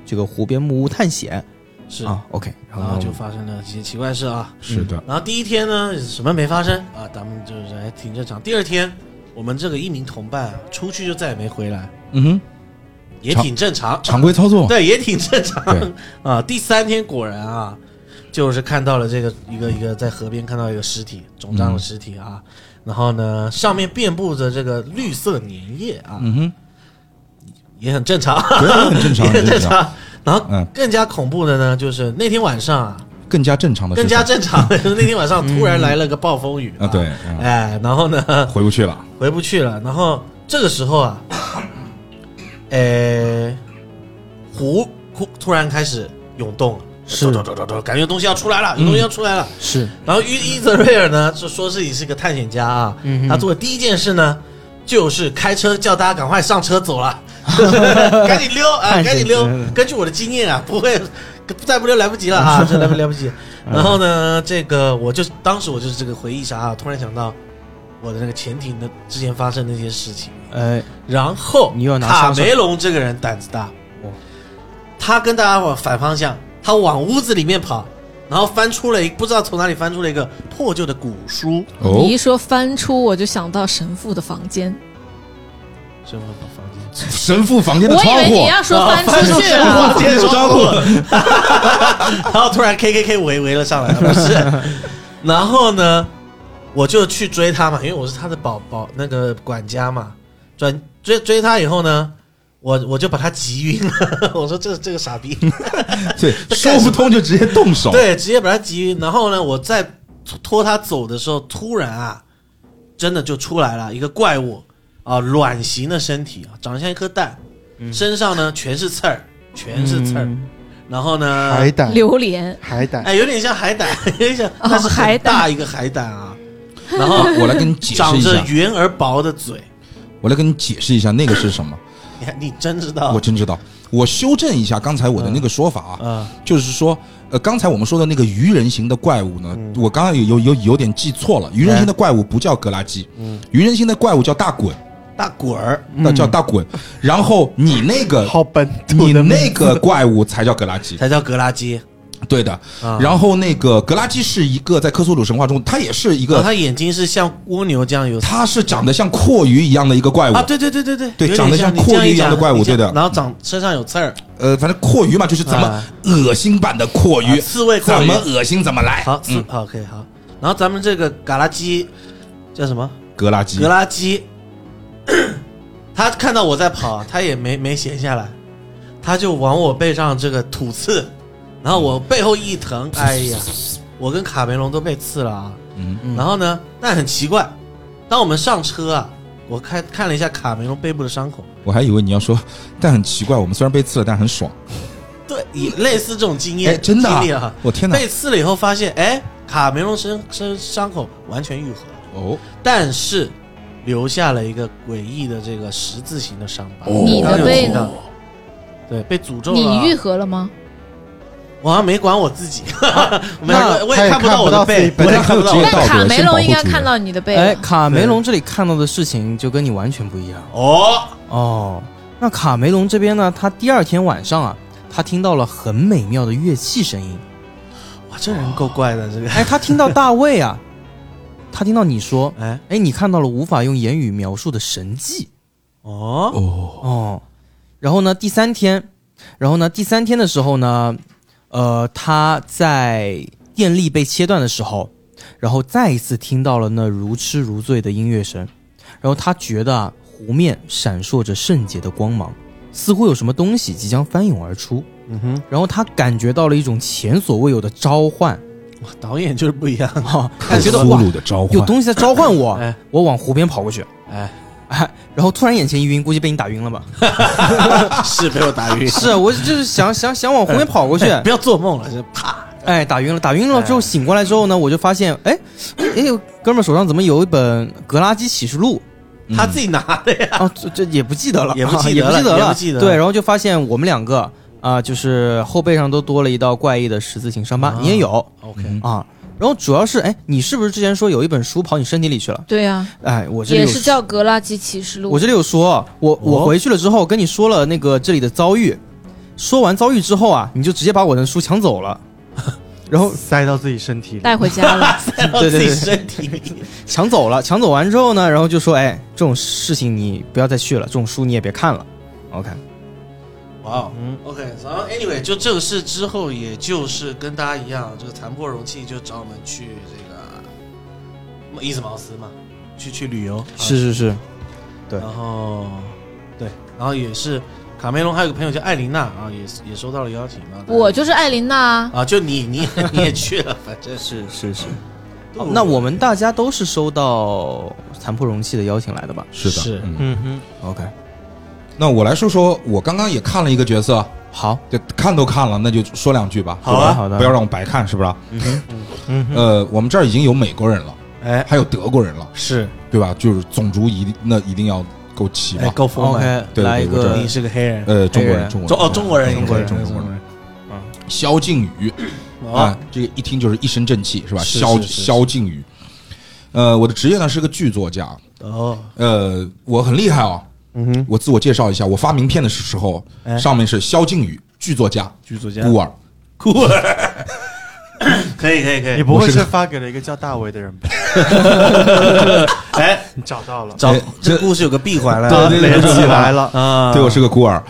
Speaker 4: 这个湖边木屋探险
Speaker 5: 是，
Speaker 4: 啊。OK，然
Speaker 5: 然
Speaker 4: 后
Speaker 5: 后
Speaker 4: 呢
Speaker 5: 就发生了一些奇怪事啊。
Speaker 1: 是的，
Speaker 5: 然后第一天呢，什么没发生啊，咱们就是还挺正常。第二天，我们这个一名同伴啊出去就再也没回来，
Speaker 1: 嗯哼，
Speaker 5: 也
Speaker 1: 常
Speaker 5: 挺正常，
Speaker 1: 常规操作，
Speaker 5: 对，也挺正常
Speaker 1: 对
Speaker 5: 啊。第三天果然啊，就是看到了这个一个一个在河边看到一个尸体，肿胀的
Speaker 1: 嗯
Speaker 5: 尸体啊。然后呢，上面遍布着这个绿色粘液啊，
Speaker 1: 嗯哼，
Speaker 5: 也很正常，
Speaker 1: 觉得很正常，
Speaker 5: 也很
Speaker 1: 很
Speaker 5: 正
Speaker 1: 正常，
Speaker 5: 常。然后
Speaker 1: 嗯，
Speaker 5: 更加恐怖的呢，就是那天晚上啊，
Speaker 1: 更加正常的是
Speaker 5: 更
Speaker 1: 什么，
Speaker 5: 加 正常的就是那天晚上突然来了个暴风雨
Speaker 1: 啊，对，，嗯
Speaker 5: 哎，然后呢
Speaker 1: 回不去了，
Speaker 5: 回不去了，然后这个时候啊， 呃，湖突突然开始涌动了，
Speaker 4: 是
Speaker 5: 走走走走走，感觉东西要出来了，有东西要出来了。
Speaker 4: 是
Speaker 5: 然后伊伊泽瑞尔呢，就说自己是个探险家啊，
Speaker 4: 嗯哼
Speaker 5: 他做的第一件事呢，就是开车叫大家赶快上车走 了，赶紧溜啊，
Speaker 4: 探险
Speaker 5: 赶紧溜
Speaker 4: 之类的！
Speaker 5: 根据我的经验啊，不会再不溜来不 及了啊，这来不来不及。
Speaker 4: 嗯
Speaker 5: 然后呢，这个我就当时我就是这个回忆杀啊，突然想到我的那个潜艇的之前发生的那些事情，
Speaker 4: 呃，
Speaker 5: 然后
Speaker 4: 你又拿
Speaker 5: 卡
Speaker 4: 枪哦
Speaker 5: 梅隆这个人胆子大
Speaker 4: 哇，
Speaker 5: 他跟大家往反方向，他往屋子里面跑，然后翻出了一不知道从哪里翻出了一个破旧的古书，
Speaker 1: 哦
Speaker 3: 你一，说翻出，我就想到神父的房间，
Speaker 5: 什么房间？
Speaker 1: 神父房间的
Speaker 3: 我以
Speaker 1: 窗
Speaker 3: 为
Speaker 1: 户
Speaker 3: 你，要说 翻
Speaker 5: 哦
Speaker 3: 出去了，
Speaker 5: 房间窗户， 然后突然 K K K 围围了上来，不是？ 然后呢，我就去追他嘛，因为我是他的保保那个管家嘛，转追追他以后呢。我我就把他急晕了， 我说这这个傻逼，
Speaker 1: 对，说不通就直接动手，
Speaker 5: 对，直接把他急晕。然后呢，我在拖他走的时候，突然啊，真的就出来了一个怪物啊，卵形的身体啊，长得像一颗蛋，
Speaker 1: 嗯
Speaker 5: 身上呢全是刺儿，全是刺儿。然后呢，
Speaker 2: 海胆，
Speaker 3: 榴 莲。
Speaker 2: 海胆，
Speaker 5: 哎，有点像海胆，有点像，
Speaker 3: 哦
Speaker 5: 但是很
Speaker 3: 海胆
Speaker 5: 大一个海胆啊。然后
Speaker 1: 我来跟你解释
Speaker 5: 长
Speaker 1: 一
Speaker 5: 着
Speaker 1: 下，
Speaker 5: 圆而薄的嘴，
Speaker 1: 我来跟你解释一下那个是什么。
Speaker 5: 你看你真知道
Speaker 1: 我真知道，我修正一下刚才我的那个说法啊，
Speaker 5: 啊？
Speaker 1: 就是说，呃，刚才我们说的那个鱼人形的怪物呢，
Speaker 5: 嗯
Speaker 1: 我刚刚有有有有点记错了，鱼人形的怪物不叫格拉基，鱼人形的怪物叫大滚，
Speaker 5: 嗯大滚儿，嗯
Speaker 1: 那叫大滚。然后你那 个
Speaker 2: 好本土
Speaker 1: 你
Speaker 2: 的
Speaker 1: 那个怪物才叫格拉基，
Speaker 5: 才叫格拉基。
Speaker 1: 对的。
Speaker 5: 啊
Speaker 1: 然后那个格拉基是一个在科苏鲁神话中，它也是一
Speaker 5: 然后
Speaker 1: 个，
Speaker 5: 他眼睛是像蜗牛这样有
Speaker 1: 它是长得像阔鱼一样的一个怪物
Speaker 5: 啊，，对对对对对，
Speaker 1: 对
Speaker 5: 有点
Speaker 1: 长得像
Speaker 5: 像你
Speaker 1: 阔
Speaker 5: 这
Speaker 1: 鱼一
Speaker 5: 一
Speaker 1: 样的
Speaker 5: 讲
Speaker 1: 怪物
Speaker 5: 你这样
Speaker 1: 对的
Speaker 5: 然后长身上有刺儿，
Speaker 1: 呃，反正阔鱼嘛，就是咱们
Speaker 5: 啊
Speaker 1: 恶心版的阔鱼
Speaker 5: 啊，刺猬阔
Speaker 1: 怎
Speaker 5: 鱼
Speaker 1: 么恶心怎么来。
Speaker 5: 好，刺
Speaker 1: 嗯，
Speaker 5: 好可以好。然后咱们这个嘎拉基叫什么？
Speaker 1: 格拉基
Speaker 5: 格，拉基， 他看到我在跑，他也没没闲下来，他就往我背上这个吐刺，然后我背后一 疼，哎呀，我跟卡梅隆都被刺了啊。
Speaker 1: 嗯，
Speaker 5: 然后呢，但很奇怪，当我们上车啊，我看看了一下卡梅隆背部的伤口，
Speaker 1: 我还以为你要说，但很奇怪，我们虽然被刺了，但很爽。
Speaker 5: 对，也类似这种经
Speaker 1: 哎，
Speaker 5: 验，
Speaker 1: 真的啊
Speaker 5: 经历啊，
Speaker 1: 我天哪！
Speaker 5: 被刺了以后发现，哎，卡梅隆身身伤口完全愈合了。
Speaker 1: 哦，
Speaker 5: 但是留下了一个诡异的这个十字形的伤疤。
Speaker 3: 你的
Speaker 5: 刚刚有
Speaker 3: 背
Speaker 5: 提
Speaker 3: 呢
Speaker 5: 到？对，被诅咒了啊。
Speaker 3: 你愈合了吗？
Speaker 5: 我好像没管我自己，我没
Speaker 2: 那
Speaker 5: 我
Speaker 2: 他
Speaker 5: 也
Speaker 2: 也
Speaker 5: 看不到
Speaker 2: 看不
Speaker 5: 我的
Speaker 2: 到自己
Speaker 5: 背，
Speaker 2: 本
Speaker 5: 我也
Speaker 1: 来
Speaker 5: 看不到
Speaker 1: 就
Speaker 5: 我
Speaker 1: 直
Speaker 5: 的
Speaker 3: 但
Speaker 1: 接道
Speaker 5: 背。
Speaker 1: 德
Speaker 3: 卡梅
Speaker 1: 先保护
Speaker 3: 隆应该
Speaker 1: 自己
Speaker 3: 看到你的背
Speaker 4: 哎，
Speaker 3: 了。
Speaker 4: 卡梅隆这里看到的事情就跟你完全不一样
Speaker 5: 哦，
Speaker 4: 哦。那卡梅隆这边呢，他第二天晚上啊，他听到了很美妙的乐器声音。
Speaker 5: 哇，这人够怪的，这个
Speaker 4: 哎，他听到大卫啊，他听到你说，
Speaker 5: 哎
Speaker 4: 哎，你看到了无法用言语描述的神迹
Speaker 5: 哦，
Speaker 4: 哦。然后呢，第三天，然后呢，第三天的时候呢，呃，他在电力被切断的时候，然后再一次听到了那如痴如醉的音乐声，然后他觉得啊，湖面闪烁着圣洁的光芒，似乎有什么东西即将翻涌而出。
Speaker 5: 嗯哼，
Speaker 4: 然后他感觉到了一种前所未有的召唤，
Speaker 5: 哇，导演就是不一样。
Speaker 4: 哈、
Speaker 1: 克
Speaker 4: 他觉
Speaker 1: 苏
Speaker 4: 得哇，
Speaker 1: 鲁的召
Speaker 4: 有
Speaker 1: 唤，
Speaker 4: 东西在召唤我，
Speaker 5: 哎
Speaker 4: 我往湖边跑过去，
Speaker 5: 哎，
Speaker 4: 哎， 然后突然眼前一晕，估计被你打晕了吧？
Speaker 5: 是被我打晕，
Speaker 4: 是我就是想想想往湖边跑过去，
Speaker 5: 不要做梦了，这啪，
Speaker 4: 哎，打晕了，打晕了之后
Speaker 5: 哎
Speaker 4: 醒过来之后呢，我就发现，哎，哎，哥们儿手上怎么有一本《格拉基启示录
Speaker 5: 他自己拿的哎呀。》
Speaker 4: 啊？这这也不记得了，
Speaker 5: 也不
Speaker 4: 啊
Speaker 5: 记
Speaker 4: 也
Speaker 5: 得
Speaker 4: 不
Speaker 5: 了
Speaker 4: 记得
Speaker 5: 也
Speaker 4: 了，
Speaker 5: 不记得了
Speaker 4: 对，然后就发现我们两个啊、就是后背上都多了一道怪异的十字形伤疤，
Speaker 5: 啊
Speaker 4: 你也有
Speaker 5: OK，
Speaker 4: 啊。然后主要是，哎，你是不是之前说有一本书跑你身体里去了？
Speaker 3: 对呀、
Speaker 4: 哎，我这里
Speaker 3: 也
Speaker 4: 有
Speaker 3: 是叫《格拉基启示录》。
Speaker 4: 我这里有说，
Speaker 5: 哦
Speaker 4: 我我回去了之后跟你说了那个这里的遭遇，说完遭遇之后啊，你就直接把我的书抢走了，然后
Speaker 2: 塞到自己身体里，
Speaker 3: 带回家了，
Speaker 5: 塞到
Speaker 4: 对
Speaker 5: 自己
Speaker 4: 对对
Speaker 5: 身体里。
Speaker 4: 抢走了，抢走完之后呢，然后就说，哎，这种事情你不要再去了，这种书你也别看了。OK，
Speaker 5: 哇、嗯，OK，然后 anyway，就这个事之后，也就是跟大家一样，这个残破容器就找我们去这个伊斯茅斯嘛，去去旅游，啊，
Speaker 4: 是是，对
Speaker 5: 然后对，然后也是卡梅隆还有个朋友叫艾琳娜啊，也是也收到了邀请啊，
Speaker 3: 我就是艾琳娜啊。
Speaker 5: 啊，就你你你也去了，反正
Speaker 4: 是是是。
Speaker 5: 对
Speaker 4: 哦那我们大家都是收到残破容器的邀请来的吧
Speaker 1: 是的
Speaker 5: 是。
Speaker 1: 嗯
Speaker 2: 嗯哼，
Speaker 4: ？OK，
Speaker 1: 那我来说说，我刚刚也看了一个角色，
Speaker 4: 好，
Speaker 1: 就看都看了，那就说两句吧。
Speaker 5: 好啊
Speaker 1: 吧
Speaker 4: 好的
Speaker 1: 不要让我白看，是不是？
Speaker 2: 嗯哼，
Speaker 1: 呃，我们这儿已经有美国人了，
Speaker 5: 哎
Speaker 1: 还有德国人了，
Speaker 5: 是
Speaker 1: 对吧？就是种族一定那一定要够齐
Speaker 5: 哎
Speaker 1: 嘛。
Speaker 5: 高峰
Speaker 4: OK，
Speaker 1: 对
Speaker 4: 来一
Speaker 1: 我这
Speaker 4: 个
Speaker 5: 你是个黑人，
Speaker 1: 呃，中国人，
Speaker 4: 黑人
Speaker 1: 中国
Speaker 5: 中哦中国人
Speaker 1: 中国人，
Speaker 5: 中
Speaker 1: 中
Speaker 5: 国人
Speaker 1: 国人。萧敬宇
Speaker 5: 哦
Speaker 1: 啊，这个一听就是一身正气，是吧？
Speaker 5: 是
Speaker 1: 萧
Speaker 5: 是是
Speaker 1: 萧敬宇，呃，我的职业呢是个剧作家，
Speaker 5: 哦，
Speaker 1: 呃，我很厉害哦。
Speaker 2: 嗯哼，
Speaker 1: 我自我介绍一下，我发名片的时候，
Speaker 5: 哎
Speaker 1: 上面是萧敬宇，剧作家，
Speaker 5: 剧作家
Speaker 1: 孤儿。
Speaker 5: 酷儿， 可以可以可
Speaker 2: 你
Speaker 5: 以，
Speaker 2: 不
Speaker 1: 我
Speaker 2: 会
Speaker 1: 是个
Speaker 2: 是发给了一个叫大为的人吧？
Speaker 5: 哎，
Speaker 2: 你找到了，
Speaker 5: 找
Speaker 1: 哎
Speaker 5: 这
Speaker 1: 这
Speaker 5: 故事有个闭环了，
Speaker 1: 对对对
Speaker 2: 连起来了，
Speaker 5: 啊，
Speaker 1: 对我是个孤儿。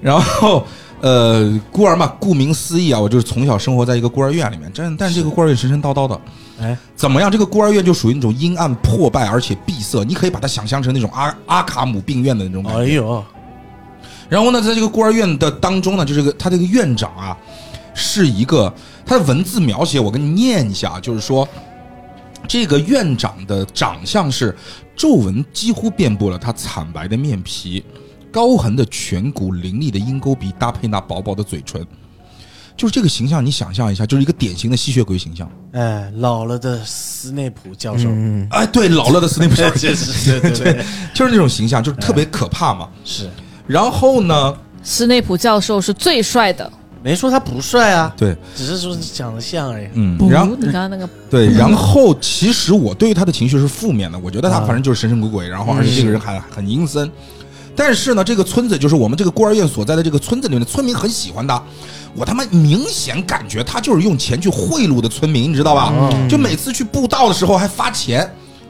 Speaker 1: 然后呃，孤儿嘛，顾名思义啊，我就是从小生活在一个孤儿院里面。但但这个孤儿院神神叨叨的，
Speaker 5: 哎，
Speaker 1: 怎么样？这个孤儿院就属于那种阴暗破败而且闭塞，你可以把它想象成那种阿阿卡姆病院的那种感觉。
Speaker 5: 哎呦，
Speaker 1: 然后呢，在这个孤儿院的当中呢，就是个他这个院长啊，是一个他的文字描写，我给你念一下，就是说，这个院长的长相是皱纹几乎遍布了他惨白的面皮，高横的颧骨，凌厉的鹰钩鼻，搭配那薄薄的嘴唇。就是这个形象，你想象一下，就是一个典型的吸血鬼形象。
Speaker 5: 哎，老了的斯内普教授，
Speaker 4: 嗯，
Speaker 1: 哎，对，老了的斯内普
Speaker 5: 这是对对对，
Speaker 1: 就是那种形象，就是特别可怕嘛。
Speaker 5: 是
Speaker 1: 然后呢，
Speaker 3: 斯内普教授是最帅的。
Speaker 5: 没说他不帅啊，
Speaker 1: 对，
Speaker 5: 只是说长得像而已。
Speaker 1: 嗯
Speaker 3: 不，，
Speaker 1: 然后
Speaker 3: 你刚刚那个
Speaker 1: 对，然后其实我对于他的情绪是负面的，我觉得他反正就是神神鬼鬼，然后而且这个人还很阴森。但是呢，这个村子就是我们这个孤儿院所在的这个村子里面的村民很喜欢他，我他妈明显感觉他就是用钱去贿赂的村民，你知道吧？就每次去布道的时候还发钱，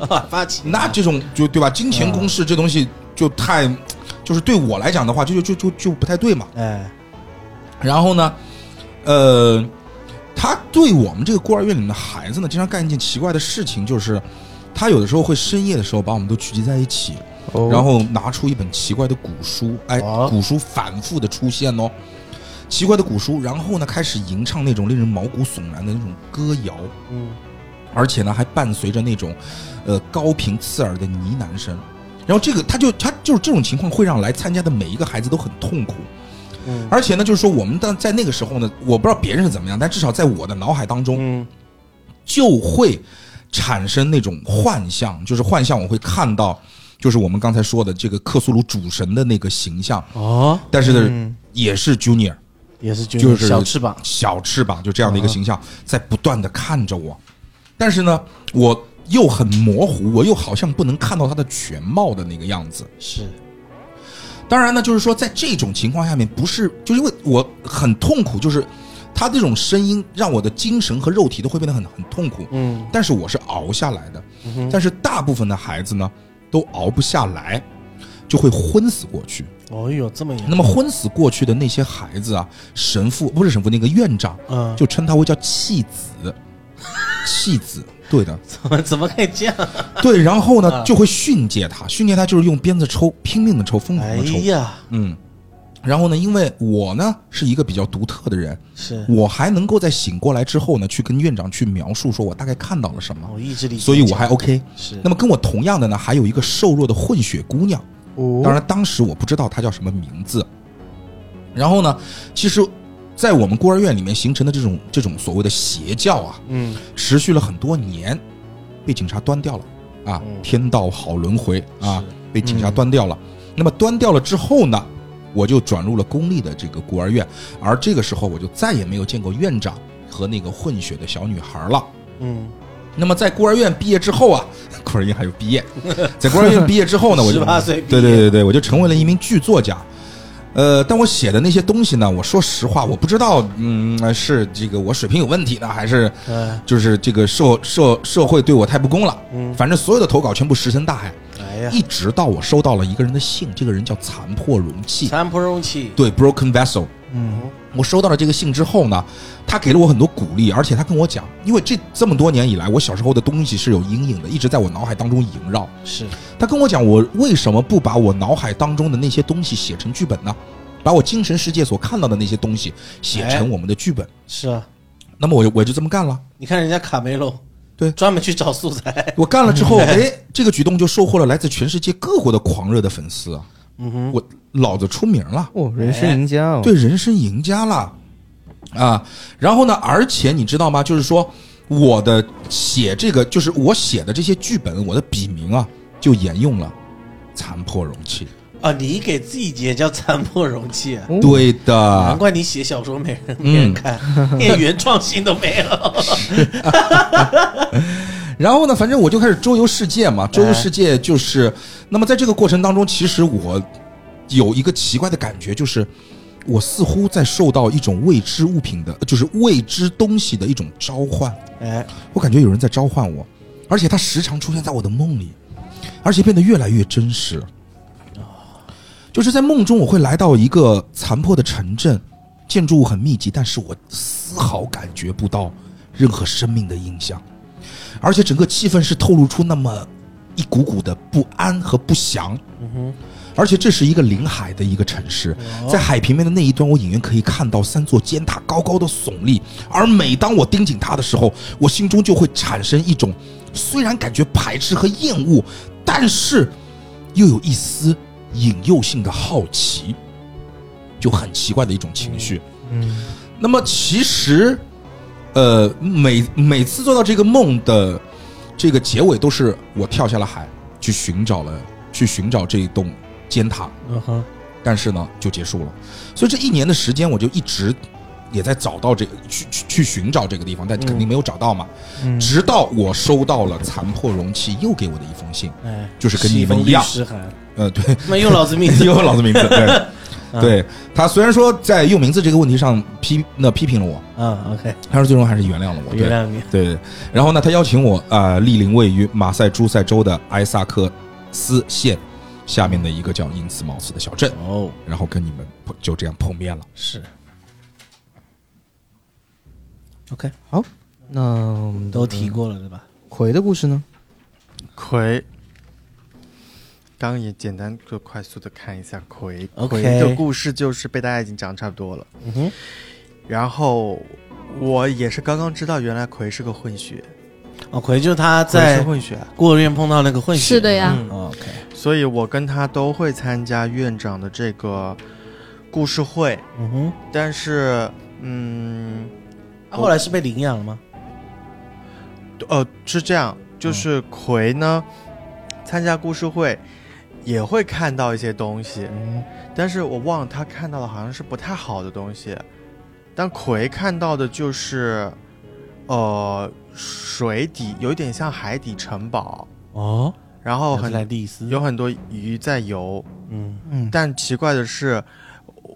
Speaker 5: 啊， 发起
Speaker 1: 嗯那这种就对吧？金钱攻势这东西就太，就是对我来讲的话，就就就就就不太对嘛。
Speaker 5: 哎，
Speaker 1: 然后呢，呃，他对我们这个孤儿院里面的孩子呢，经常干一件奇怪的事情，就是他有的时候会深夜的时候把我们都聚集在一起，
Speaker 4: 哦
Speaker 1: 然后拿出一本奇怪的古书，哎，
Speaker 5: 哦
Speaker 1: 古书反复的出现哦，奇怪的古书，然后呢开始吟唱那种令人毛骨悚然的那种歌谣，
Speaker 5: 嗯，
Speaker 1: 而且呢还伴随着那种呃高频刺耳的呢喃声。然后这个他就他就是这种情况会让来参加的每一个孩子都很痛苦，
Speaker 5: 嗯
Speaker 1: 而且呢就是说我们当在那个时候呢，我不知道别人是怎么样，但至少在我的脑海当中
Speaker 5: 嗯
Speaker 1: 就会产生那种幻象，就是幻象我会看到。就是我们刚才说的这个克苏鲁主神的那个形象，
Speaker 5: 哦，
Speaker 1: 但是呢，也是 Junior
Speaker 5: 也是
Speaker 1: 就
Speaker 5: 就是小翅膀，
Speaker 1: 小翅膀就这样的一个形象，在不断的看着我，但是呢，我又很模糊，我又好像不能看到他的全貌的那个样子。
Speaker 5: 是
Speaker 1: 当然呢，就是说在这种情况下面，不是就是因为我很痛苦，就是他这种声音让我的精神和肉体都会变得很很痛苦。
Speaker 5: 嗯，
Speaker 1: 但是我是熬下来的，但是大部分的孩子呢，都熬不下来，就会昏死过去。
Speaker 5: 哦哟，这么
Speaker 1: 那
Speaker 5: 严，
Speaker 1: 么昏死过去的那些孩子啊，神父不是神父，那个院长
Speaker 5: 嗯，
Speaker 1: 就称他为叫弃子，弃子，对 的，
Speaker 5: 怎么怎么可以这样？
Speaker 1: 对。然后呢，就会训诫他，训诫他就是用鞭子抽，拼命的抽，疯狂
Speaker 5: 哎
Speaker 1: 的抽，
Speaker 5: 呀，
Speaker 1: 嗯。然后呢，因为我呢是一个比较独特的人，
Speaker 5: 是
Speaker 1: 我还能够在醒过来之后呢，去跟院长去描述说我大概看到了什么，
Speaker 5: 我意志力
Speaker 1: 所以我还 OK。
Speaker 5: 是
Speaker 1: 那么跟我同样的呢，还有一个瘦弱的混血姑娘。
Speaker 2: 哦
Speaker 1: 当然，当时我不知道她叫什么名字。然后呢，其实，在我们孤儿院里面形成的这种这种所谓的邪教啊，
Speaker 5: 嗯
Speaker 1: 持续了很多年，被警察端掉了啊，
Speaker 5: 嗯
Speaker 1: 天道好轮回啊
Speaker 5: 是，
Speaker 1: 被警
Speaker 5: 嗯
Speaker 1: 察端掉了。那么端掉了之后呢，我就转入了公立的这个孤儿院，而这个时候我就再也没有见过院长和那个混血的小女孩了。
Speaker 5: 嗯
Speaker 1: 那么在孤儿院毕业之后啊， 孤儿院还有毕 业，在孤儿院毕业之后呢，我就
Speaker 5: 18岁毕业
Speaker 1: 对对对对，我就成为了一名剧作家。呃，但我写的那些东西呢，我说实话，我不知道，嗯，是这个我水平有问题呢，还是
Speaker 5: 呃
Speaker 1: 就是这个社社社会对我太不公了？
Speaker 5: 嗯，
Speaker 1: 反正所有的投稿全部石沉大海，
Speaker 5: 哎呀，
Speaker 1: 一直到我收到了一个人的信，这个人叫残破容器，
Speaker 5: 残不容器，
Speaker 1: 对，Broken Vessel。
Speaker 5: 嗯，
Speaker 1: 我收到了这个信之后呢，他给了我很多鼓励，而且他跟我讲，因为这这么多年以来，我小时候的东西是有阴影的，一直在我脑海当中萦绕。
Speaker 5: 是
Speaker 1: 他跟我讲，我为什么不把我脑海当中的那些东西写成剧本呢？把我精神世界所看到的那些东西写成我们的剧本。
Speaker 5: 是啊，
Speaker 1: 那么我就我就这么干了。
Speaker 5: 你看人家卡梅隆，
Speaker 1: 对
Speaker 5: 专门去找素材，
Speaker 1: 我干了之后，哎，这个举动就收获了来自全世界各国的狂热的粉丝啊！
Speaker 5: 嗯哼，
Speaker 1: 我老子出名了。
Speaker 4: 哦，人生赢
Speaker 5: 嗯
Speaker 4: 家哦，
Speaker 1: 哎对，人生赢家了啊！然后呢，而且你知道吗？就是说，我的写这个，就是我写的这些剧本，我的笔名啊，就沿用了“残破容器
Speaker 5: 啊，你给自己也叫残破容器啊。”。
Speaker 4: 哦
Speaker 1: 对
Speaker 5: 难
Speaker 1: 的，嗯
Speaker 5: 怪你写小说没人没人看，连原创性都没有。
Speaker 1: 然后呢，反正我就开始周游世界
Speaker 5: 哎
Speaker 1: 嘛。周游世界就是，那么在这个过程当中，其实我有一个奇怪的感觉，就是我似乎在受到一种未知物品的，就是未知东西的一种召唤。
Speaker 5: 哎，
Speaker 1: 我感觉有人在召唤我，而且他时常出现在我的梦里，而且变得越来越真实。就是在梦中，我会来到一个残破的城镇，建筑物很密集，但是我丝毫感觉不到任何生命的影响，而且整个气氛是透露出那么一股股的不安和不祥。而且这是一个临海的一个城市，在海平面的那一端，我隐约可以看到三座尖塔高高的耸立。而每当我盯紧它的时候，我心中就会产生一种虽然感觉排斥和厌恶，但是又有一丝引诱性的好奇，就很奇怪的一种情绪。嗯，那么其实，呃，每每次做到这个梦的这个结尾，都是我跳下了海，去寻找了，去寻找这一栋尖塔，
Speaker 5: 嗯哼，
Speaker 1: 但是呢，就结束了。所以这一年的时间，我就一直也在找到这个，去去去寻找这个地方，但肯定没有找到嘛。
Speaker 2: 嗯
Speaker 1: 直到我收到了残破容器又给我的一封信，
Speaker 5: 哎，
Speaker 1: 就是跟你们一样
Speaker 5: 是封律师函，
Speaker 1: 呃， 对，
Speaker 5: 那用老子命
Speaker 1: 又有老子名字，对。
Speaker 5: 嗯
Speaker 1: 对他虽然说在用名字这个问题上批那批评了我，
Speaker 5: 嗯，OK，
Speaker 1: 但是最终还是原谅了我。
Speaker 5: 我
Speaker 1: 对
Speaker 5: 原谅你。
Speaker 1: 对对，然后呢，他邀请我啊、呃莅临位于马赛诸塞州的埃萨克斯县下面的一个叫因茨茅斯的小镇，
Speaker 5: 哦，
Speaker 1: 然后跟你们碰就这样碰面了。
Speaker 5: 是。OK，
Speaker 4: 那我们
Speaker 5: 都提过了对吧？
Speaker 4: 葵的故事呢？
Speaker 2: 葵，刚刚也简单就快速的看一下葵。
Speaker 5: OK
Speaker 2: 葵的故事就是被大家已经讲差不多了。
Speaker 5: 嗯哼，
Speaker 2: 然后我也是刚刚知道，原来葵是个混血，
Speaker 5: 哦，葵就是他
Speaker 2: 葵是
Speaker 5: 在
Speaker 2: 混血，啊
Speaker 5: 孤儿院碰到那个混血，
Speaker 3: 是的呀
Speaker 5: 嗯哦 OK，
Speaker 2: 所以我跟他都会参加院长的这个故事会。
Speaker 5: 嗯哼，
Speaker 2: 但是，嗯，
Speaker 5: 他后来是被领养了吗？
Speaker 2: 呃，是这样，就是葵呢，参加故事会也会看到一些东西，
Speaker 5: 嗯，
Speaker 2: 但是我忘了他看到的好像是不太好的东西，但葵看到的就是，呃，水底有一点像海底城堡，
Speaker 5: 哦，
Speaker 2: 然后
Speaker 5: 莱
Speaker 2: 很
Speaker 5: 蒂斯，
Speaker 2: 有很多鱼在游，
Speaker 5: 嗯，
Speaker 4: 嗯，
Speaker 2: 但奇怪的是，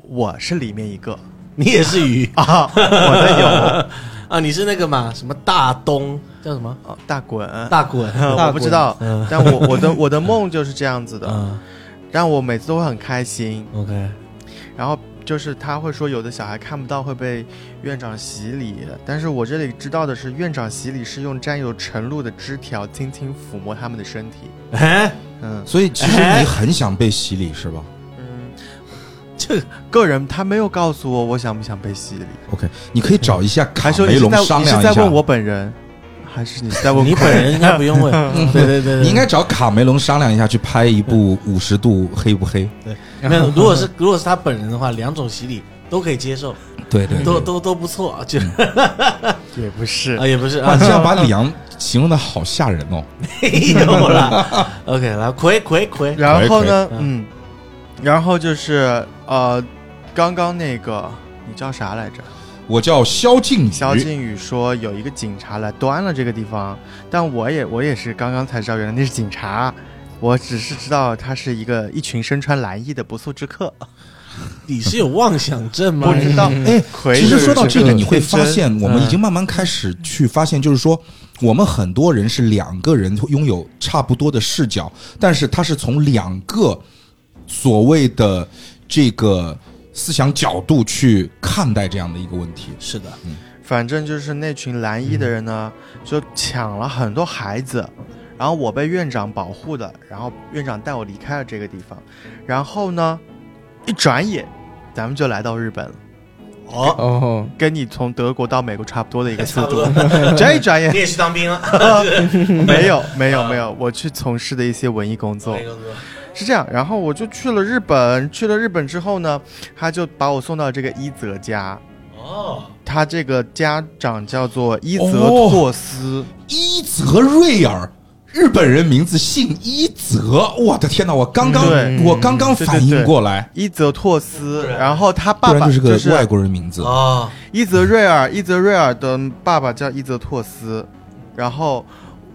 Speaker 2: 我是里面一个
Speaker 5: 你也是鱼
Speaker 2: 啊，我在游，
Speaker 5: 啊？你是那个嘛？什么大东叫什么？
Speaker 2: 啊大滚，呃
Speaker 5: 大滚，
Speaker 2: 我不知道，
Speaker 5: 嗯
Speaker 2: 但我我的我的梦就是这样子的。
Speaker 5: 嗯
Speaker 2: 让我每次都会很开心。
Speaker 5: ，OK，
Speaker 2: 然后就是他会说，有的小孩看不到会被院长洗礼，但是我这里知道的是，院长洗礼是用沾有晨露的枝条轻轻抚摸他们的身体。
Speaker 5: 哎，
Speaker 2: 嗯
Speaker 1: 所以其实你很想被洗礼是吧
Speaker 2: 嗯，
Speaker 5: 这
Speaker 2: 个人他没有告诉我我想不想被洗礼，
Speaker 1: ？OK，你可以找一下卡
Speaker 2: 还说你
Speaker 1: 梅
Speaker 2: 是
Speaker 1: 隆
Speaker 2: 在
Speaker 1: 啊商
Speaker 2: 你
Speaker 1: 量
Speaker 2: 是
Speaker 1: 一
Speaker 2: 在
Speaker 1: 下
Speaker 2: 问。我本人，还是你是在问
Speaker 5: 你
Speaker 2: 我
Speaker 5: 本人应该不 用问，对对对对，
Speaker 1: 你应该找卡梅隆商量一下，去拍一部
Speaker 2: 嗯
Speaker 1: 五十度黑不黑？
Speaker 5: 没
Speaker 1: 嗯
Speaker 5: 有。如果是如果是他本人的话，两种洗礼都可以接受，
Speaker 1: 对
Speaker 2: 嗯
Speaker 1: 对
Speaker 5: 都都都不错，啊，就
Speaker 2: 也不是
Speaker 5: 啊？也不是啊
Speaker 1: 哇，，这
Speaker 2: 嗯
Speaker 1: 样把李阳形容的好吓人哦。
Speaker 5: 没 有啦。OK，来葵葵葵，
Speaker 2: 然后呢
Speaker 5: 可以可，以
Speaker 2: 嗯，然后就是呃，刚刚那个你叫啥来着？
Speaker 1: 我叫萧敬宇，
Speaker 2: 萧敬宇说有一个警察来端了这个地方，但我也我也是刚刚才知道，原来那是警察。我只是知道他是一个一群身穿蓝衣的不速之客，
Speaker 5: 你是有妄想症吗？
Speaker 2: 不知道。哎，
Speaker 1: 其实说到这个，你会发
Speaker 2: 真嗯
Speaker 1: 现，我们已经慢慢开始去发现，就是说，我们很多人是两个人拥有差不多的视角，但是他是从两个所谓的这个思想角度去看待这样的一个问题。
Speaker 5: 是的，
Speaker 2: 反正就是那群蓝衣的人呢，
Speaker 5: 嗯
Speaker 2: 就抢了很多孩子，然后我被院长保护的，然后院长带我离开了这个地方，然后呢，一转眼，咱们就来到日本了，
Speaker 5: 哦，
Speaker 4: 哦，
Speaker 2: 跟你从德国到美国差不多的一个速度
Speaker 5: 差，不多嗯
Speaker 2: 这一 转眼
Speaker 5: 你也去当兵了？
Speaker 2: 没有，没有，没有，我去从事的一些文艺工作是这样。然后我就去了日本，去了日本之后呢，他就把我送到这个伊泽家，
Speaker 5: 哦，
Speaker 2: 他这个家长叫做伊泽
Speaker 1: 哦
Speaker 2: 拓司，
Speaker 1: 伊泽瑞尔，日本人名字姓伊泽，我的天哪！我刚刚
Speaker 2: 对
Speaker 1: 我刚刚
Speaker 2: 对对
Speaker 1: 反应
Speaker 2: 对
Speaker 1: 过来，
Speaker 2: 伊泽拓司。
Speaker 5: 对
Speaker 2: 然后他
Speaker 1: 不
Speaker 2: 爸
Speaker 1: 然
Speaker 2: 爸
Speaker 1: 就是个外国人名字。
Speaker 5: 哦，
Speaker 2: 伊泽瑞尔，伊泽瑞尔的爸爸叫伊泽拓司，然后。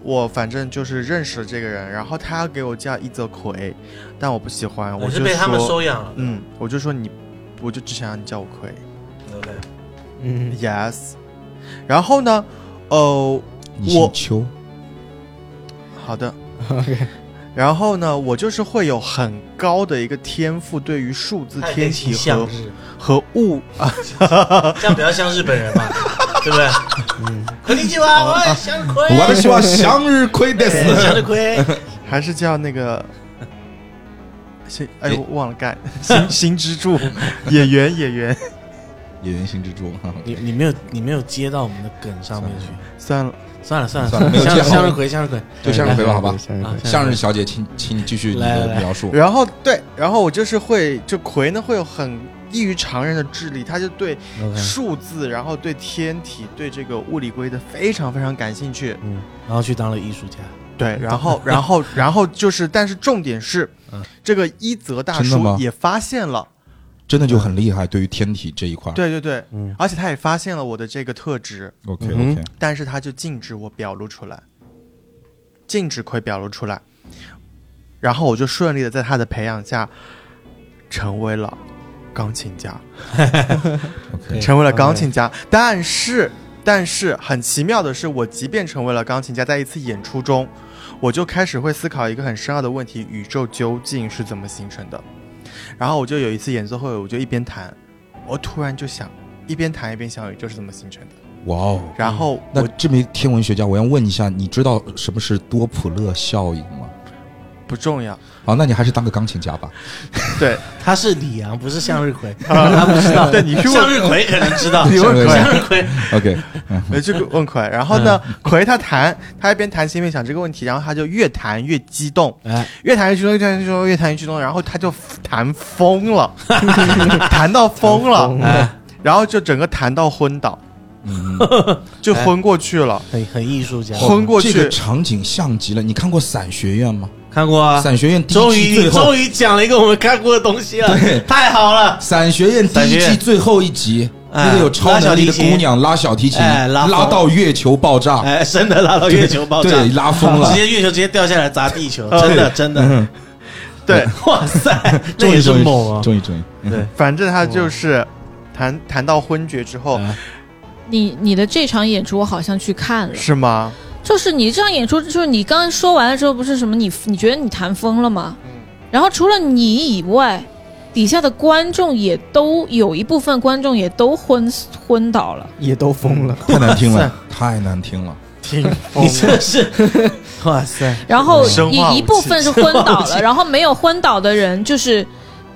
Speaker 2: 我反正就是认识了这个人，然后他给我叫伊泽葵，但我不喜欢，我
Speaker 5: 我是
Speaker 2: 就
Speaker 5: 被他们
Speaker 2: 说
Speaker 5: 收养了。
Speaker 2: 嗯，我就说你，我就只想让你叫我葵。
Speaker 5: OK，
Speaker 4: 嗯，
Speaker 2: Yes，然后呢，哦，
Speaker 1: 你姓
Speaker 2: 我
Speaker 1: 邱，
Speaker 2: 好 的然后呢，我就是会有很高的一个天赋，对于数字
Speaker 5: 他也
Speaker 2: 天
Speaker 5: 跟
Speaker 2: 体
Speaker 5: 你像
Speaker 2: 和
Speaker 5: 日，
Speaker 2: 和物啊，
Speaker 5: 这样比较像日 本人嘛，对不对？可你去吧，我也向日葵，
Speaker 1: 嗯哦啊我的希望向日葵的
Speaker 5: 对向日
Speaker 1: 死。
Speaker 5: 葵，
Speaker 2: 还是叫那个。新哎
Speaker 1: 对
Speaker 2: 呦，忘了盖新新支柱 演员演员，
Speaker 1: 演员新蜘蛛，哈哈
Speaker 5: 你你没有你没有接到我们的梗上面去，
Speaker 2: 算了，
Speaker 5: 算了算了
Speaker 1: 算了没有
Speaker 5: 向
Speaker 1: 接好
Speaker 5: 向日葵向日葵，
Speaker 1: 就向日葵吧，好吧。
Speaker 4: 下一回
Speaker 5: 啊
Speaker 1: 向日小姐，请请你继续你
Speaker 5: 来来
Speaker 1: 的
Speaker 5: 来
Speaker 1: 描述。
Speaker 2: 然后对，然后我就是会就葵呢会有很异于常人的智力，他就对
Speaker 5: 哎 OK，
Speaker 2: 数字，然后对天体、对这个物理规则非常非常感兴趣。
Speaker 5: 嗯，然后去当了艺术家，
Speaker 2: 对，然后，然后，然后就是，但是重点是
Speaker 5: 嗯，
Speaker 2: 这个伊泽大
Speaker 1: 真的吗
Speaker 2: 叔也发现了，
Speaker 1: 真的就很厉害。对于天体这一块，
Speaker 2: 对对对，
Speaker 5: 嗯
Speaker 2: 而且他也发现了我的这个特质，
Speaker 1: ，OK
Speaker 5: 嗯
Speaker 1: OK，
Speaker 2: 但是他就禁止我表露出来，禁止会表露出来。然后我就顺利的在他的培养下，成为了钢琴家，
Speaker 1: OK，
Speaker 2: 成为了钢琴家。但是，但是很奇妙的是，我即便成为了钢琴家，在一次演出中，我就开始会思考一个很深奥的问题：宇宙究竟是怎么形成的？然后我就有一次演奏会，我就一边弹，我突然就想，一边弹一边想宇宙是怎么形成的。
Speaker 1: 哇哦。
Speaker 2: 然后我
Speaker 1: 那这名天文学家，我要问一下，你知道什么是多普勒效应吗？
Speaker 2: 不重 要，
Speaker 1: 好，那你还是当个钢琴家吧。
Speaker 2: 对，
Speaker 5: 他是李阳，不是向 日葵，
Speaker 1: 啊
Speaker 5: 他 不知道，
Speaker 2: 对你是问
Speaker 5: 向日葵可能知道，
Speaker 2: 你问奎，
Speaker 1: 向
Speaker 5: 向日葵
Speaker 1: OK，
Speaker 2: 呃，这个问奎。然后呢，
Speaker 5: 嗯
Speaker 2: 奎他弹，他一边弹琴一边想这个问题，然后他就越弹越激动，
Speaker 5: 哎
Speaker 2: 越弹越激动，越弹越激动，越弹越激动，然后他就弹疯了， 弹到疯了，
Speaker 5: 哎，
Speaker 2: 然后就整个弹到昏倒，
Speaker 1: 嗯，
Speaker 2: 就昏过去了。
Speaker 5: 很很艺术家，
Speaker 2: 昏过去
Speaker 1: 哦这个场景像极了。你看过《伞学院》吗？
Speaker 5: 看过啊，
Speaker 1: 伞学院》第
Speaker 5: 终
Speaker 1: 一季
Speaker 5: 于
Speaker 1: 最后，
Speaker 5: 终于讲了一个我们看过的东西了，太好了，
Speaker 1: 伞学院》
Speaker 5: 伞
Speaker 1: 第
Speaker 5: 学
Speaker 1: 一
Speaker 5: 院
Speaker 1: 季最后一集，
Speaker 5: 哎
Speaker 1: 那个有超能力的姑娘拉小提琴，
Speaker 5: 哎拉风
Speaker 1: 拉到月球爆炸，
Speaker 5: 哎，真的拉到月球爆炸，
Speaker 1: 对，拉疯了
Speaker 5: 直。接月球直接掉下来砸地球，真的真的，哎
Speaker 2: 对
Speaker 5: 哇塞，那
Speaker 1: 终于
Speaker 5: 也是
Speaker 1: 终于
Speaker 5: 猛啊！
Speaker 1: 终于终于，
Speaker 2: 对，反正他就是弹弹到昏厥之后，
Speaker 5: 哎
Speaker 3: 你你的这场演出我好像去看了，
Speaker 2: 是吗？
Speaker 3: 就是你这场演出，就是你刚刚说完了之后，不是什么你你觉得你谈疯了吗？然后除了你以外，底下的观众也都有一部分观众也都昏昏倒了。
Speaker 4: 也都疯了。
Speaker 1: 太难听 了，太难听了。
Speaker 2: 挺
Speaker 5: 你 这是，哇塞，
Speaker 3: 然后
Speaker 2: 生化武器
Speaker 3: 一一部分是昏倒了，然后没有昏倒的人就是。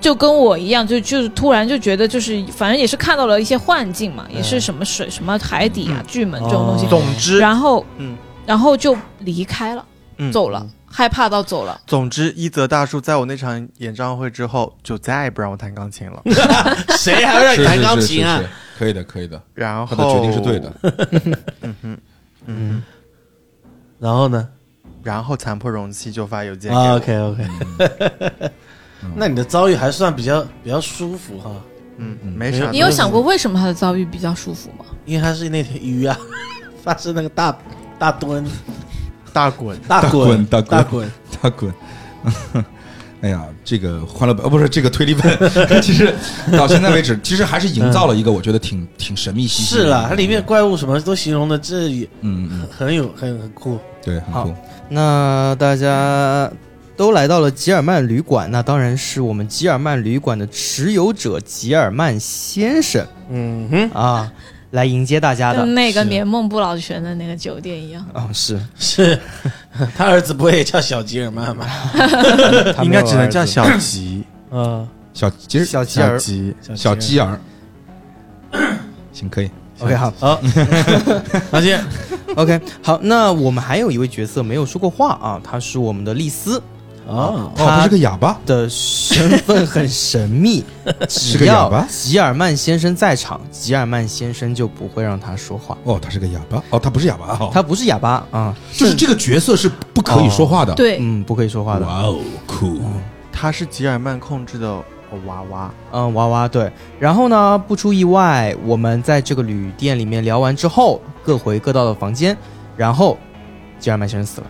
Speaker 3: 就跟我一样，就就是突然就觉得，就是反正也是看到了一些幻境嘛，也是什么水、什么海底啊、巨门这种东西
Speaker 5: 哦，
Speaker 2: 嗯总之，
Speaker 3: 然后
Speaker 2: 嗯
Speaker 3: 然后就离开了，
Speaker 2: 嗯
Speaker 3: 走了，害怕到走了。
Speaker 2: 总之，一泽大叔在我那场演唱会之后，就再也不让我弹钢琴了。
Speaker 5: 谁还会让
Speaker 1: 是
Speaker 5: 你
Speaker 1: 是
Speaker 5: 弹钢
Speaker 1: 是是
Speaker 5: 琴啊哦
Speaker 1: 是？，可以的，可以的，
Speaker 2: 然
Speaker 1: 他
Speaker 2: 后
Speaker 1: 的决定是对的。
Speaker 5: 然后呢
Speaker 2: 然后残破容器就发邮件给我，
Speaker 5: ？OK OK，那
Speaker 1: 嗯
Speaker 5: 你的遭遇还算比较比较舒服哈，
Speaker 2: 嗯，没啥。
Speaker 3: 你有想过为什么他的遭遇比较舒服吗？
Speaker 5: 因为它是那条鱼啊，发生那个大大蹲
Speaker 2: 大滚？
Speaker 5: 大滚
Speaker 1: 大滚
Speaker 5: 大
Speaker 1: 大滚
Speaker 5: 滚，
Speaker 1: 他滚。哎呀，这个欢乐本哦，不是这个推理本， 其实到现在为 止，其实还是营造了一个我觉得挺挺神秘兮兮的。
Speaker 5: 嗯是啦，它里面怪物什么都形容的，这也
Speaker 1: 嗯嗯，嗯
Speaker 5: 很有很很酷。
Speaker 1: 对，很
Speaker 4: 好
Speaker 1: 酷。
Speaker 4: 那大家都来到了吉尔曼旅馆，那当然是我们吉尔曼旅馆的持有者吉尔曼先生
Speaker 5: 嗯哼，
Speaker 4: 啊，来迎接大家的
Speaker 3: 跟那个
Speaker 5: 是
Speaker 3: 眠梦不老泉的那个酒店一样。
Speaker 4: 啊，是
Speaker 5: 是 他儿子不会也叫小吉尔曼吧？
Speaker 4: 他
Speaker 2: 应
Speaker 4: 没有
Speaker 2: 该只能叫
Speaker 4: 儿子
Speaker 2: 小吉，
Speaker 5: 嗯，
Speaker 1: 小其实
Speaker 4: 小吉
Speaker 2: 小
Speaker 4: 尔。
Speaker 2: 吉。
Speaker 1: 小鸡儿，行，可以。
Speaker 4: OK，好
Speaker 1: 啊
Speaker 5: 好，而且
Speaker 4: ，OK，好，那我们还有一位角色没有说过话啊，他是我们的丽丝
Speaker 5: 哦，
Speaker 1: 哦，他是个哑巴，
Speaker 4: 的身份很神秘，
Speaker 1: 是
Speaker 4: 只
Speaker 1: 个哑
Speaker 4: 要
Speaker 1: 巴。
Speaker 4: 吉尔曼先生在场，吉尔曼先生就不会让他说话。
Speaker 1: 哦，他是个哑巴。哦，他不是哑巴哦，
Speaker 4: 他不是哑巴啊，
Speaker 1: 就是这个角色是不可以说话的。，
Speaker 3: 对，
Speaker 4: 嗯，不可以说话的。
Speaker 1: 哇哦，酷！
Speaker 2: 他是吉尔曼控制的娃娃，
Speaker 4: 嗯，娃娃对。然后呢，不出意外，我们在这个旅店里面聊完之后，各回各到的房间，然后吉尔曼先生死了。